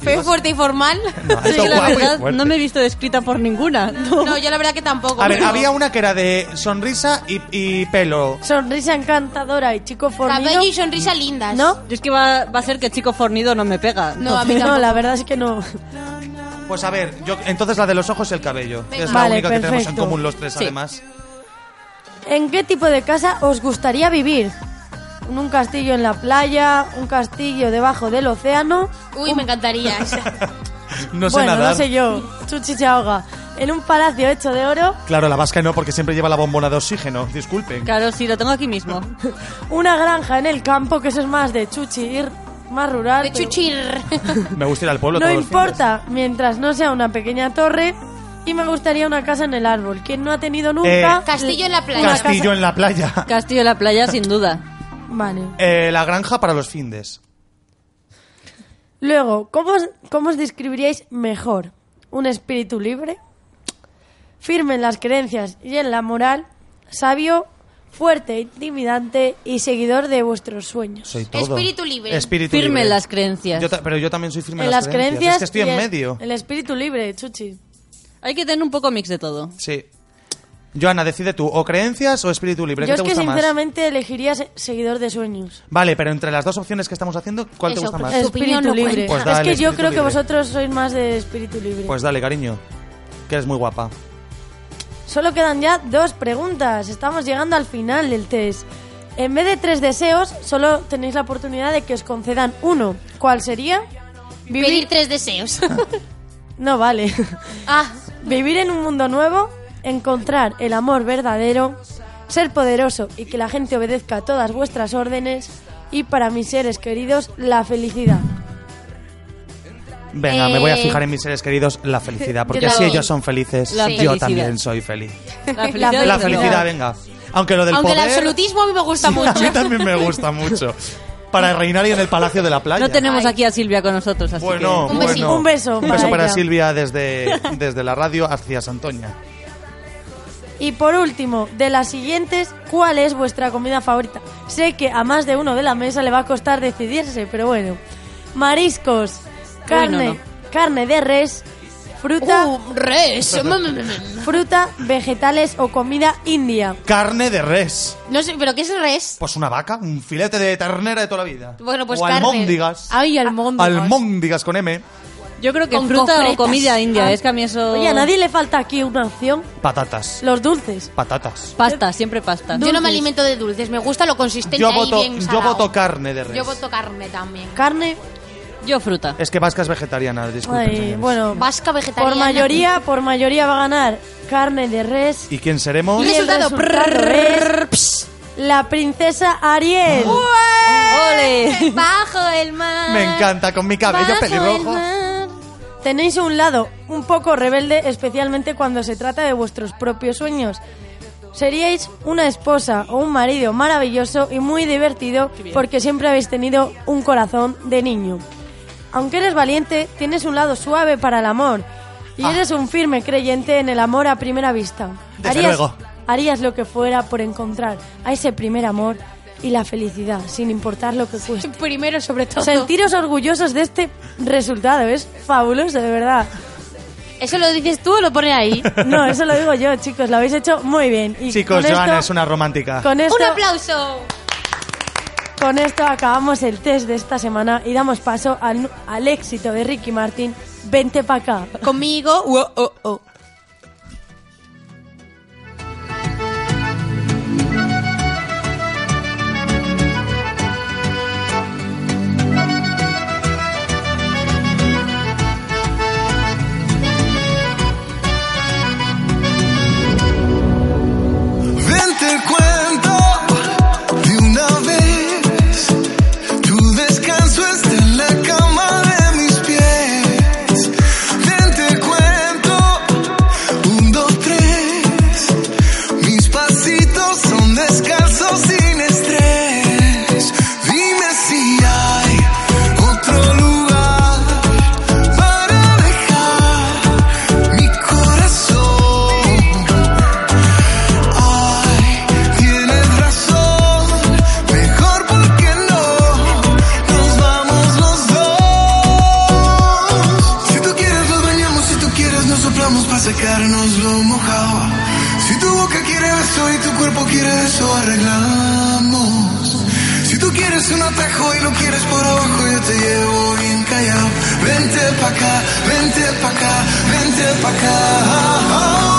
Feo, fuerte y formal. No, Sí, alto, la guapo y verdad, fuerte. no me he visto descrita por ninguna. No, yo la verdad que tampoco. A ver, había una que era de sonrisa y, y pelo. Sonrisa encantadora y chico fornido. Cabello y sonrisa lindas. ¿No? Yo es que va, va a ser que chico fornido no me pega. No, a mí Entonces- no, la verdad es que no. Pues a ver, yo, entonces la de los ojos y el cabello. que es la Vale, única que tenemos en perfecto. común los tres, Sí. además. ¿En qué tipo de casa os gustaría vivir? ¿En un castillo en la playa? ¿Un castillo debajo del océano? Uy, me encantaría. No sé bueno, nadar. no sé yo. Chuchi se ahoga. ¿En un palacio hecho de oro? Claro, la vasca no, porque siempre lleva la bombona de oxígeno. Disculpen. Claro, sí, lo tengo aquí mismo. Una granja en el campo, que eso es más de chuchir, más rural. De chuchir. Me gusta ir al pueblo no todos los importa, mientras no sea una pequeña torre. Y me gustaría una casa en el árbol. ¿Quién no ha tenido nunca? Eh, Castillo en la fines. Castillo en la playa. Castillo en la playa, sin duda. Vale. Eh, la granja para los findes. Luego, ¿cómo os, cómo os describiríais mejor? ¿Un espíritu libre? Firme en las creencias y en la moral, sabio, fuerte, intimidante y seguidor de vuestros sueños. Soy todo. Espíritu libre. Espíritu Firme libre. en las creencias. Yo ta- pero yo también soy firme en, las creencias. Es que estoy y en el- medio. El espíritu libre, Chuchi. Hay que tener un poco mix de todo. Sí. Joana, decide tú, o creencias o espíritu libre. Yo ¿Qué es te que gusta más? sinceramente elegiría se- seguidor de sueños. Vale, pero entre las dos opciones que estamos haciendo, ¿cuál te Eso, eh, gusta más? Espíritu libre. Pues dale, es que yo espíritu creo que libre. vosotros sois más de espíritu libre. Pues dale, cariño, que eres muy guapa. Solo quedan ya dos preguntas. Estamos llegando al final del test. En vez de tres deseos, solo tenéis la oportunidad de que os concedan uno. ¿Cuál sería? Pedir tres deseos. Ah, No vale. Vivir en un mundo nuevo, encontrar el amor verdadero, ser poderoso y que la gente obedezca a todas vuestras órdenes y para mis seres queridos, la felicidad. Venga, me voy a Eh, fijar en mis seres queridos la felicidad, porque yo si también. ellos son felices, La yo felicidad. también soy feliz. La La, felicidad, venga. Aunque lo del Aunque el poder absolutismo a mí me gusta a mí mucho. también me gusta mucho. Para reinar y en el Palacio de la Playa. No tenemos aquí a Silvia con nosotros, así Bueno, que... bueno. Un beso Un beso para para ella. Silvia desde, desde la radio hacia Santoña. Y por último, de las siguientes, ¿cuál es vuestra comida favorita? Sé que a más de uno de la mesa le va a costar decidirse, pero bueno. Mariscos, carne, no, carne de res, fruta, Uh, res. fruta, vegetales o comida india. Carne de res. No sé, pero ¿qué es res? Pues una vaca, un filete de ternera de toda la vida. Bueno, pues o carne. almóndigas. Ay, almóndigas. Almóndigas con M. Yo creo que Con fruta concretas. o comida india, Ah. es que a mí eso... Oye, a nadie le falta aquí una opción, Patatas. los dulces. Patatas. Pasta, siempre pasta. Yo no me alimento de dulces, me gusta lo consistente Yo ahí voto, bien yo salado. voto carne de res. Yo voto carne también. Carne. Yo fruta. Eh. Es que vasca es vegetariana, pues disculpen. Ay, señores. bueno, vasca vegetariana. Por mayoría, por mayoría va a ganar carne de res. ¿Y quién seremos? Y el resultado es la princesa Ariel. Bajo el mar. Me encanta, con mi cabello Bajo el pelirrojo. mar. Tenéis un lado un poco rebelde, especialmente cuando se trata de vuestros propios sueños. Seríais una esposa o un marido maravilloso y muy divertido porque siempre habéis tenido un corazón de niño. Aunque eres valiente, tienes un lado suave para el amor y eres un firme creyente en el amor a primera vista. Ah. Desde luego. harías lo que fuera por encontrar a ese primer amor y la felicidad, sin importar lo que cueste. Primero, sobre todo. Sentiros orgullosos de este resultado, es fabuloso, de verdad. ¿Eso lo dices tú o lo pone ahí? No, eso lo digo yo, chicos, lo habéis hecho muy bien. Y Chicos, con esto- Joana es una romántica. con esto, ¡Un aplauso! con esto acabamos el test de esta semana y damos paso al, al éxito de Ricky Martin. Vente pa' acá. Conmigo. uo, uo, uo. Ven te cuento de una vez, tu descanso está en la cama de mis secarnos lo mojaba. Si tu boca quiere beso y tu cuerpo quiere eso, arreglamos. Si tú quieres un atajo y lo quieres por abajo, yo te llevo bien callado. Vente pa' acá, vente pa' acá, vente pa' acá.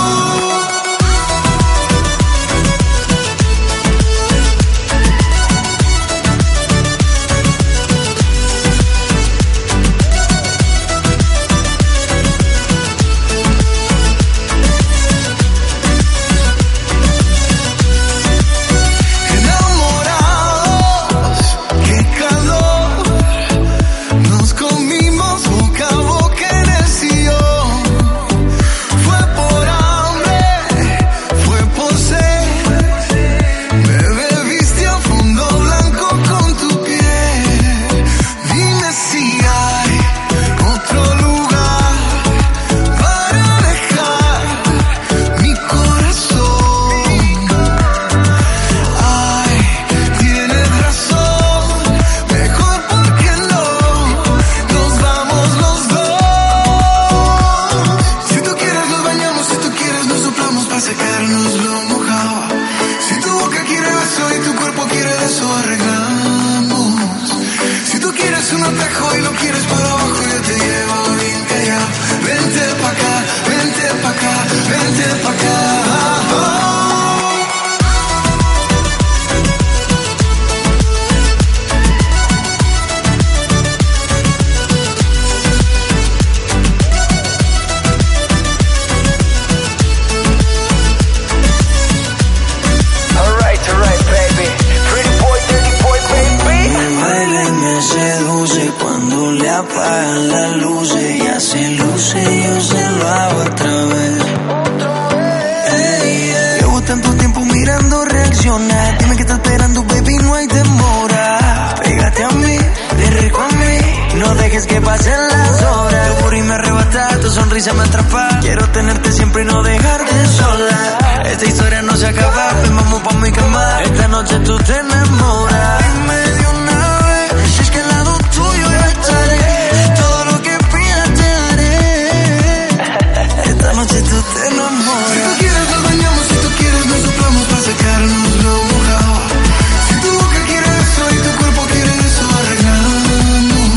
Enamorados, qué calor. Nos comimos boca a boca en el sillón. Fue por hambre, fue por sed. Me bebiste a fondo blanco con tu piel. Dime si hay otro lugar para dejar mi corazón. Ay, tienes razón, mejor porque no nos vamos los dos. Si tú quieres nos bañamos, si tú quieres nos soplamos para secarnos lo mojado. Si tu boca quiere beso y tu cuerpo quiere eso arreglamos. Si tú quieres un atajo y lo quieres para abajo yo te llevo bien callado. Vente pa' acá, vente pa' acá, vente pa' acá. Alright, alright, baby. Pretty boy, dirty boy, baby. Me baila y me seduce cuando le apagan las luces. Ya se luce, yo se lo hago otra vez. Ey, ey. Llevo tanto tiempo mirando reaccionar. Dime que está esperando, baby, no hay demora. Pégate a mí, de rico a mí. No dejes que pasen las horas. Tu y me arrebata, tu sonrisa me atrapa. Quiero tenerte siempre y no dejarte sola. Esta historia no se acaba, ven vamos pa' mi cama. Esta noche tú te enamoras. Dime de una vez, si es que al lado tuyo yo estaré. Todo lo que pidas te daré. Esta noche tú te enamoras. Si tú quieres nos bañamos, si tú quieres nos soplamos para secarnos lo mojado. Si tu boca quiere eso y tu cuerpo quiere eso, arreglamos.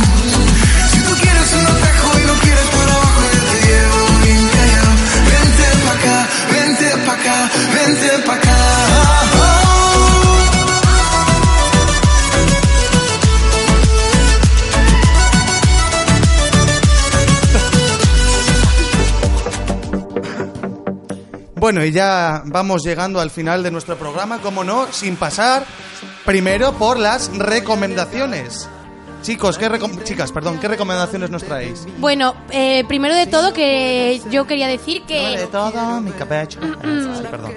Si tú quieres un atajo y lo quieres por abajo, yo te llevo bien callado. Vente pa' acá, vente pa' acá, vente pa' acá. Bueno, y ya vamos llegando al final de nuestro programa, como no, sin pasar primero por las recomendaciones. Chicos, ¿qué recom- chicas, perdón, ¿qué recomendaciones nos traéis? Bueno, eh, primero de todo que yo quería decir que... Todo mi capecho. Mm. Sí, perdón.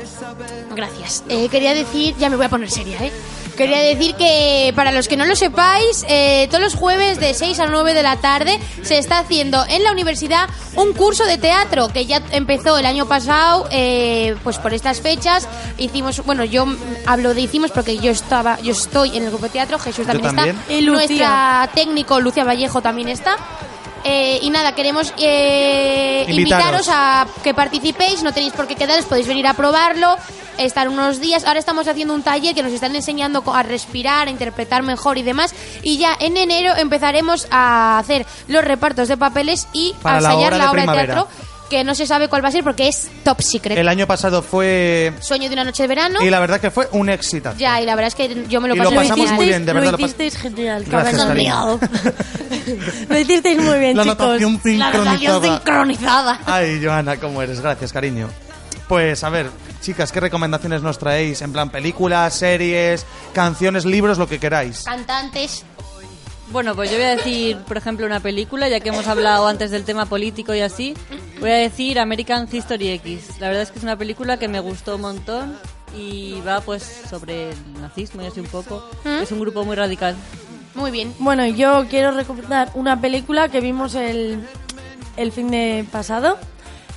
Gracias. Eh, quería decir, ya me voy a poner seria, ¿eh? Quería decir que para los que no lo sepáis, eh, todos los jueves de 6 a 9 de la tarde se está haciendo en la universidad un curso de teatro que ya empezó el año pasado, eh, pues por estas fechas hicimos, bueno, yo mm, hablo de hicimos porque yo estaba, yo estoy en el grupo de teatro, Jesús Yo también, está, también. Y Lucía. nuestra técnico Lucia Vallejo también está. Eh, y nada, queremos eh, Invitaros. invitaros a que participéis, no tenéis por qué quedaros, podéis venir a probarlo, estar unos días. Ahora estamos haciendo un taller que nos están enseñando co- a respirar, a interpretar mejor y demás. Y ya en enero empezaremos a hacer los repartos de papeles y Para a la ensayar obra de la obra de, primavera. teatro, que no se sabe cuál va a ser porque es top secret. El año pasado fue... Sueño de una noche de verano. Y la verdad que fue un éxito. Ya, y la verdad es que yo me lo Y lo pasé pasamos muy genial. bien, de verdad, lo pas- hicisteis genial, Gracias, cabrones. cariño. Lo hicisteis muy bien, La chicos. natación sincronizada. sincronizada. Ay, Joana, ¿cómo eres? Gracias, cariño. Pues a ver, chicas, ¿qué recomendaciones nos traéis? En plan, películas, series, canciones, libros, lo que queráis. Cantantes. Bueno, pues yo voy a decir, por ejemplo, una película, ya que hemos hablado antes del tema político y así. Voy a decir American History X. La verdad es que es una película que me gustó un montón y va pues sobre el nazismo y así un poco. ¿Mm? Es un grupo muy radical. Muy bien. Bueno, yo quiero recomendar una película que vimos el, el fin de pasado,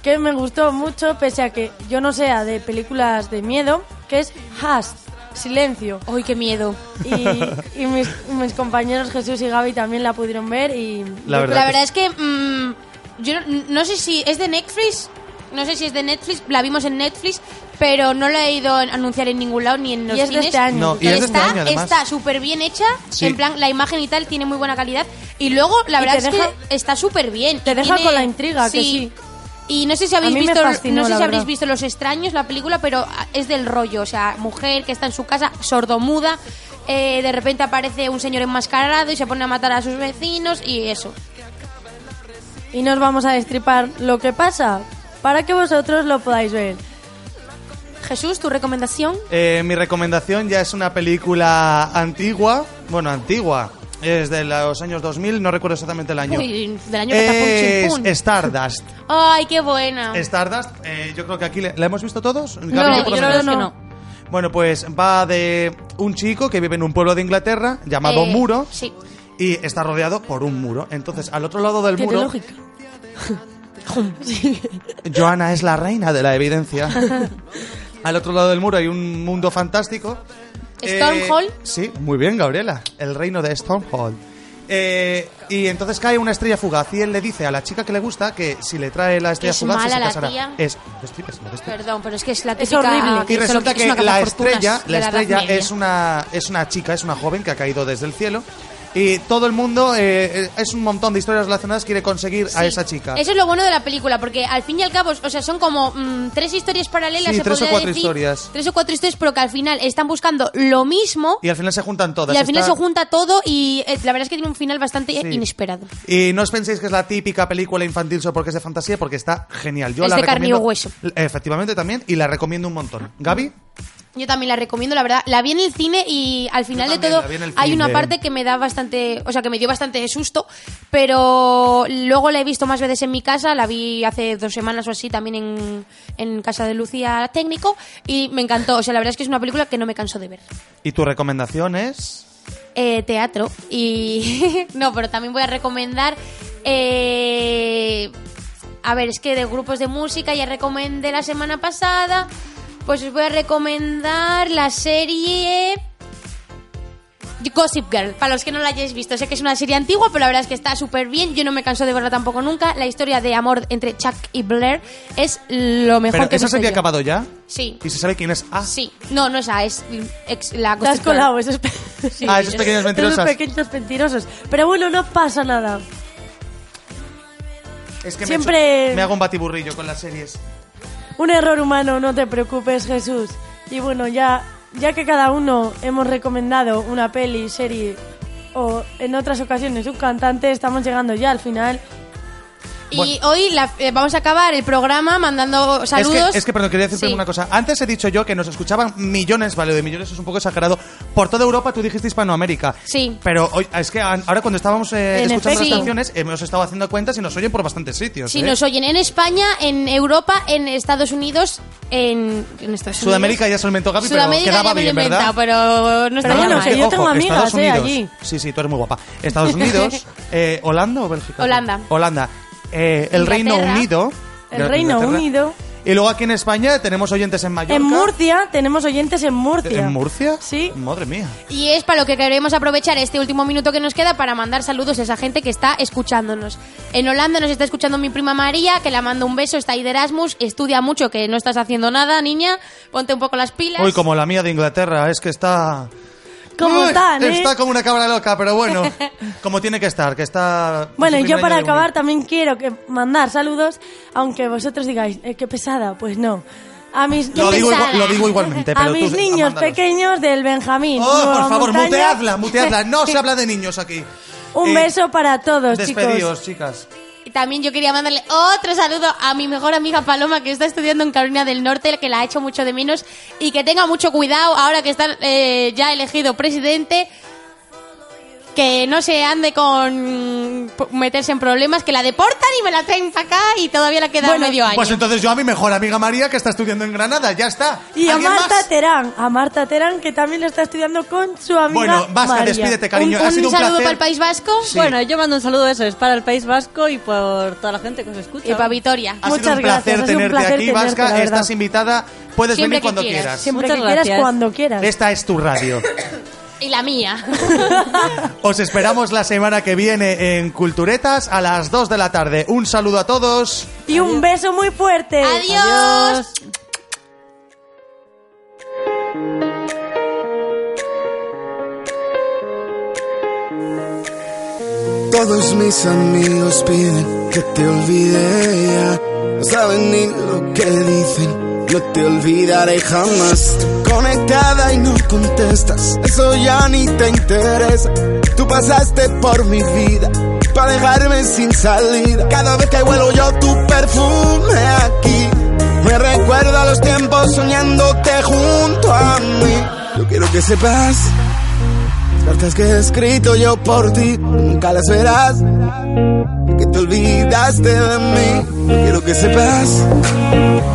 que me gustó mucho, pese a que yo no sea de películas de miedo, que es Hast, Silencio. ¡Uy, qué miedo! Y, y mis, mis compañeros Jesús y Gaby también la pudieron ver y... La verdad es que... mm, yo no, no sé si es de Netflix. No sé si es de Netflix, la vimos en Netflix, pero no la he ido a anunciar en ningún lado ni en los Y es de cines. este año. No, y es de este está año, además. está súper bien hecha, Sí. en plan la imagen y tal tiene muy buena calidad y luego la Y verdad te es deja- que está súper bien. Te deja con la intriga, que sí. Y no sé si A habéis mí me visto fascinó, no sé la si habréis verdad. visto Los extraños la película, pero ah, es del rollo, o sea, mujer que está en su casa sordomuda eh, de repente aparece un señor enmascarado y se pone a matar a sus vecinos y eso. y nos vamos a destripar lo que pasa para que vosotros lo podáis ver. Jesús, tu recomendación. Eh, mi recomendación ya es una película antigua. Bueno, antigua. Es de los años 2000, no recuerdo exactamente el año. Uy, del año que está es pum, chim, pum. Stardust. Ay, qué buena. Stardust, eh, yo creo que aquí le- la hemos visto todos. Gaby, No, ¿tú por yo lo la menos? verdad es Bueno, pues va de un chico que vive en un pueblo de Inglaterra llamado Eh, Muro Sí. y está rodeado por un muro. Entonces, al otro lado del muro, Joana es la reina de la evidencia. al otro lado del muro hay un mundo fantástico. Eh, Stormhall. Sí, muy bien, Gabriela. El reino de Stormhall. Eh, y entonces cae una estrella fugaz y él le dice a la chica que le gusta que si le trae la estrella Es fugaz mala se la casará. tía. Es, no destripes, no destripes. Perdón, pero es que es la Es típica... horrible. Y solo resulta es que una la cazafortunas estrella, de la Edad estrella Media. es una es una chica, es una joven que ha caído desde el cielo. Y todo el mundo, eh, eh, es un montón de historias relacionadas, quiere conseguir a Sí. esa chica. Eso es lo bueno de la película, porque al fin y al cabo, o sea, son como mm, tres historias paralelas. Sí, se tres o podría cuatro decir. historias. Tres o cuatro historias, pero que al final están buscando lo mismo Y al final se juntan todas. y al final Está- se junta todo y eh, la verdad es que tiene un final bastante eh, Sí. inesperado. Y no os penséis que es la típica película infantil solo porque es de fantasía, porque está genial. Yo Es la de carne y recomiendo, hueso. Efectivamente también, y la recomiendo un montón. Gaby, Yo también la recomiendo, la verdad. La vi en el cine y al final Yo de también todo la vi en el hay cine. una parte que me da bastante, o sea, que me dio bastante susto, pero luego la he visto más veces en mi casa, la vi hace dos semanas o así también en, en casa de Lucía Técnico y me encantó. O sea, la verdad es que es una película que no me canso de ver. ¿y tu recomendación es? Eh, teatro y... no, pero también voy a recomendar... eh, A ver, es que de grupos de música ya recomendé la semana pasada. Pues os voy a recomendar la serie... Gossip Girl, para los que no la hayáis visto, sé que es una serie antigua, pero la verdad es que está súper bien. Yo no me canso de verla tampoco nunca. La historia de amor entre Chuck y Blair es lo mejor Pero que he esa visto serie ha yo. acabado ya. Sí. Y se sabe quién es. Ah, Sí, no, no es A, es ex- la Te has Gossip Girl. colado esos, pe- sí. Ah, esos pequeños mentirosos. Esos pequeños mentirosos. Pero bueno, no pasa nada. es que me siempre- he hecho- me hago un batiburrillo con las series. Un error humano, no te preocupes, Jesús. Y bueno, ya, ya que cada uno hemos recomendado una peli, serie o en otras ocasiones un cantante, estamos llegando ya al final. Y hoy la- eh, vamos a acabar el programa mandando Es saludos. que, es que, perdón, quería decir Sí. una cosa. Antes he dicho yo que nos escuchaban millones, vale, de millones es un poco exagerado. Por toda Europa tú dijiste Hispanoamérica. Sí. Pero hoy- es que an- ahora cuando estábamos eh, En escuchando efecto. las canciones hemos estado haciendo cuentas y nos oyen por bastantes sitios. Si ¿eh? nos oyen en España, en Europa, en Estados Unidos, en, en Estados Sudamérica Unidos. ya se lo inventó Gaby, Sudamérica pero ya quedaba me lo bien, he ¿verdad? inventado, pero no está mal. que, ojo, ¿eh? Estados Unidos. Sí, sí, tú eres muy guapa. Estados Unidos, eh, Holanda o Bélgica. Holanda. Holanda. Eh, el Reino Inglaterra. Unido. El Reino Inglaterra. Unido. Y luego aquí en España tenemos oyentes en Mallorca. En Murcia, tenemos oyentes en Murcia. ¿En Murcia? Sí. Madre mía. Y es para lo que queremos aprovechar este último minuto que nos queda para mandar saludos a esa gente que está escuchándonos. En Holanda nos está escuchando mi prima María, que la mando un beso, está ahí de Erasmus, estudia mucho, que no estás haciendo nada, niña, ponte un poco las pilas. Uy, como la mía de Inglaterra, es que está... Como Uy, tan, ¿eh? Está como una cabra loca, pero bueno, como tiene que estar, que está... Bueno, en su yo primer ¿eh? para año de acabar también quiero que mandar saludos, aunque vosotros digáis, eh, qué pesada, pues no. A mis Lo niños- digo igual- lo digo igualmente, a pero tú, mis eh, niños mándalos. pequeños del Benjamín. uni- Oh, Nueva por favor, Montaña. muteadla, muteadla, no se habla de niños aquí. Un Eh, beso para todos, chicos. Despedidos, chicas. Y también yo quería mandarle otro saludo a mi mejor amiga Paloma, que está estudiando en Carolina del Norte, que la ha hecho mucho de menos, y que tenga mucho cuidado ahora que está eh, ya elegido presidente, que no se ande con p- meterse en problemas, que la deportan y me la traen para acá y todavía la queda medio año. Pues entonces yo a mi mejor amiga María, que está estudiando en Granada, ya está. Y a ¿Alguien más? Marta Terán, a Marta Terán, que también lo está estudiando con su amiga Bueno, basta, María. despídete, cariño. Ha sido un placer. País Vasco. Sí. Bueno, yo mando un saludo, eso es para el País Vasco y por toda la gente que os escucha. Y para Vitoria. Ha sido un placer tenerte aquí, Vasca. Estás invitada. Puedes Siempre venir que cuando quieras. quieras. Siempre Muchas que quieras, gracias. cuando quieras. Esta es tu radio. Y la mía. Os esperamos la semana que viene en Culturetas a las 2 de la tarde. Un saludo a todos. Y un beso muy Eh, fuerte. Adiós. Todos mis amigos piden que te olvide ya. No saben ni lo que dicen. No te olvidaré jamás. Tú conectada y no contestas. Eso ya ni te interesa. Tú pasaste por mi vida. Para dejarme sin salida. Cada vez que huelo yo tu perfume aquí. Me recuerda los tiempos soñándote junto a mí. Yo quiero que sepas. Las cartas que he escrito yo por ti, nunca las verás. Que te olvidaste de mí, quiero que sepas.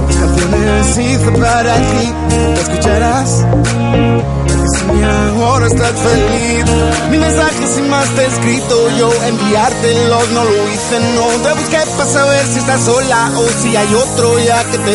Las canciones hice para ti, nunca escucharás. Que si mi amor estás feliz, mi mensaje sin más te he escrito yo. Enviártelos no lo hice, no te busqué para saber si estás sola o si hay otro ya que te.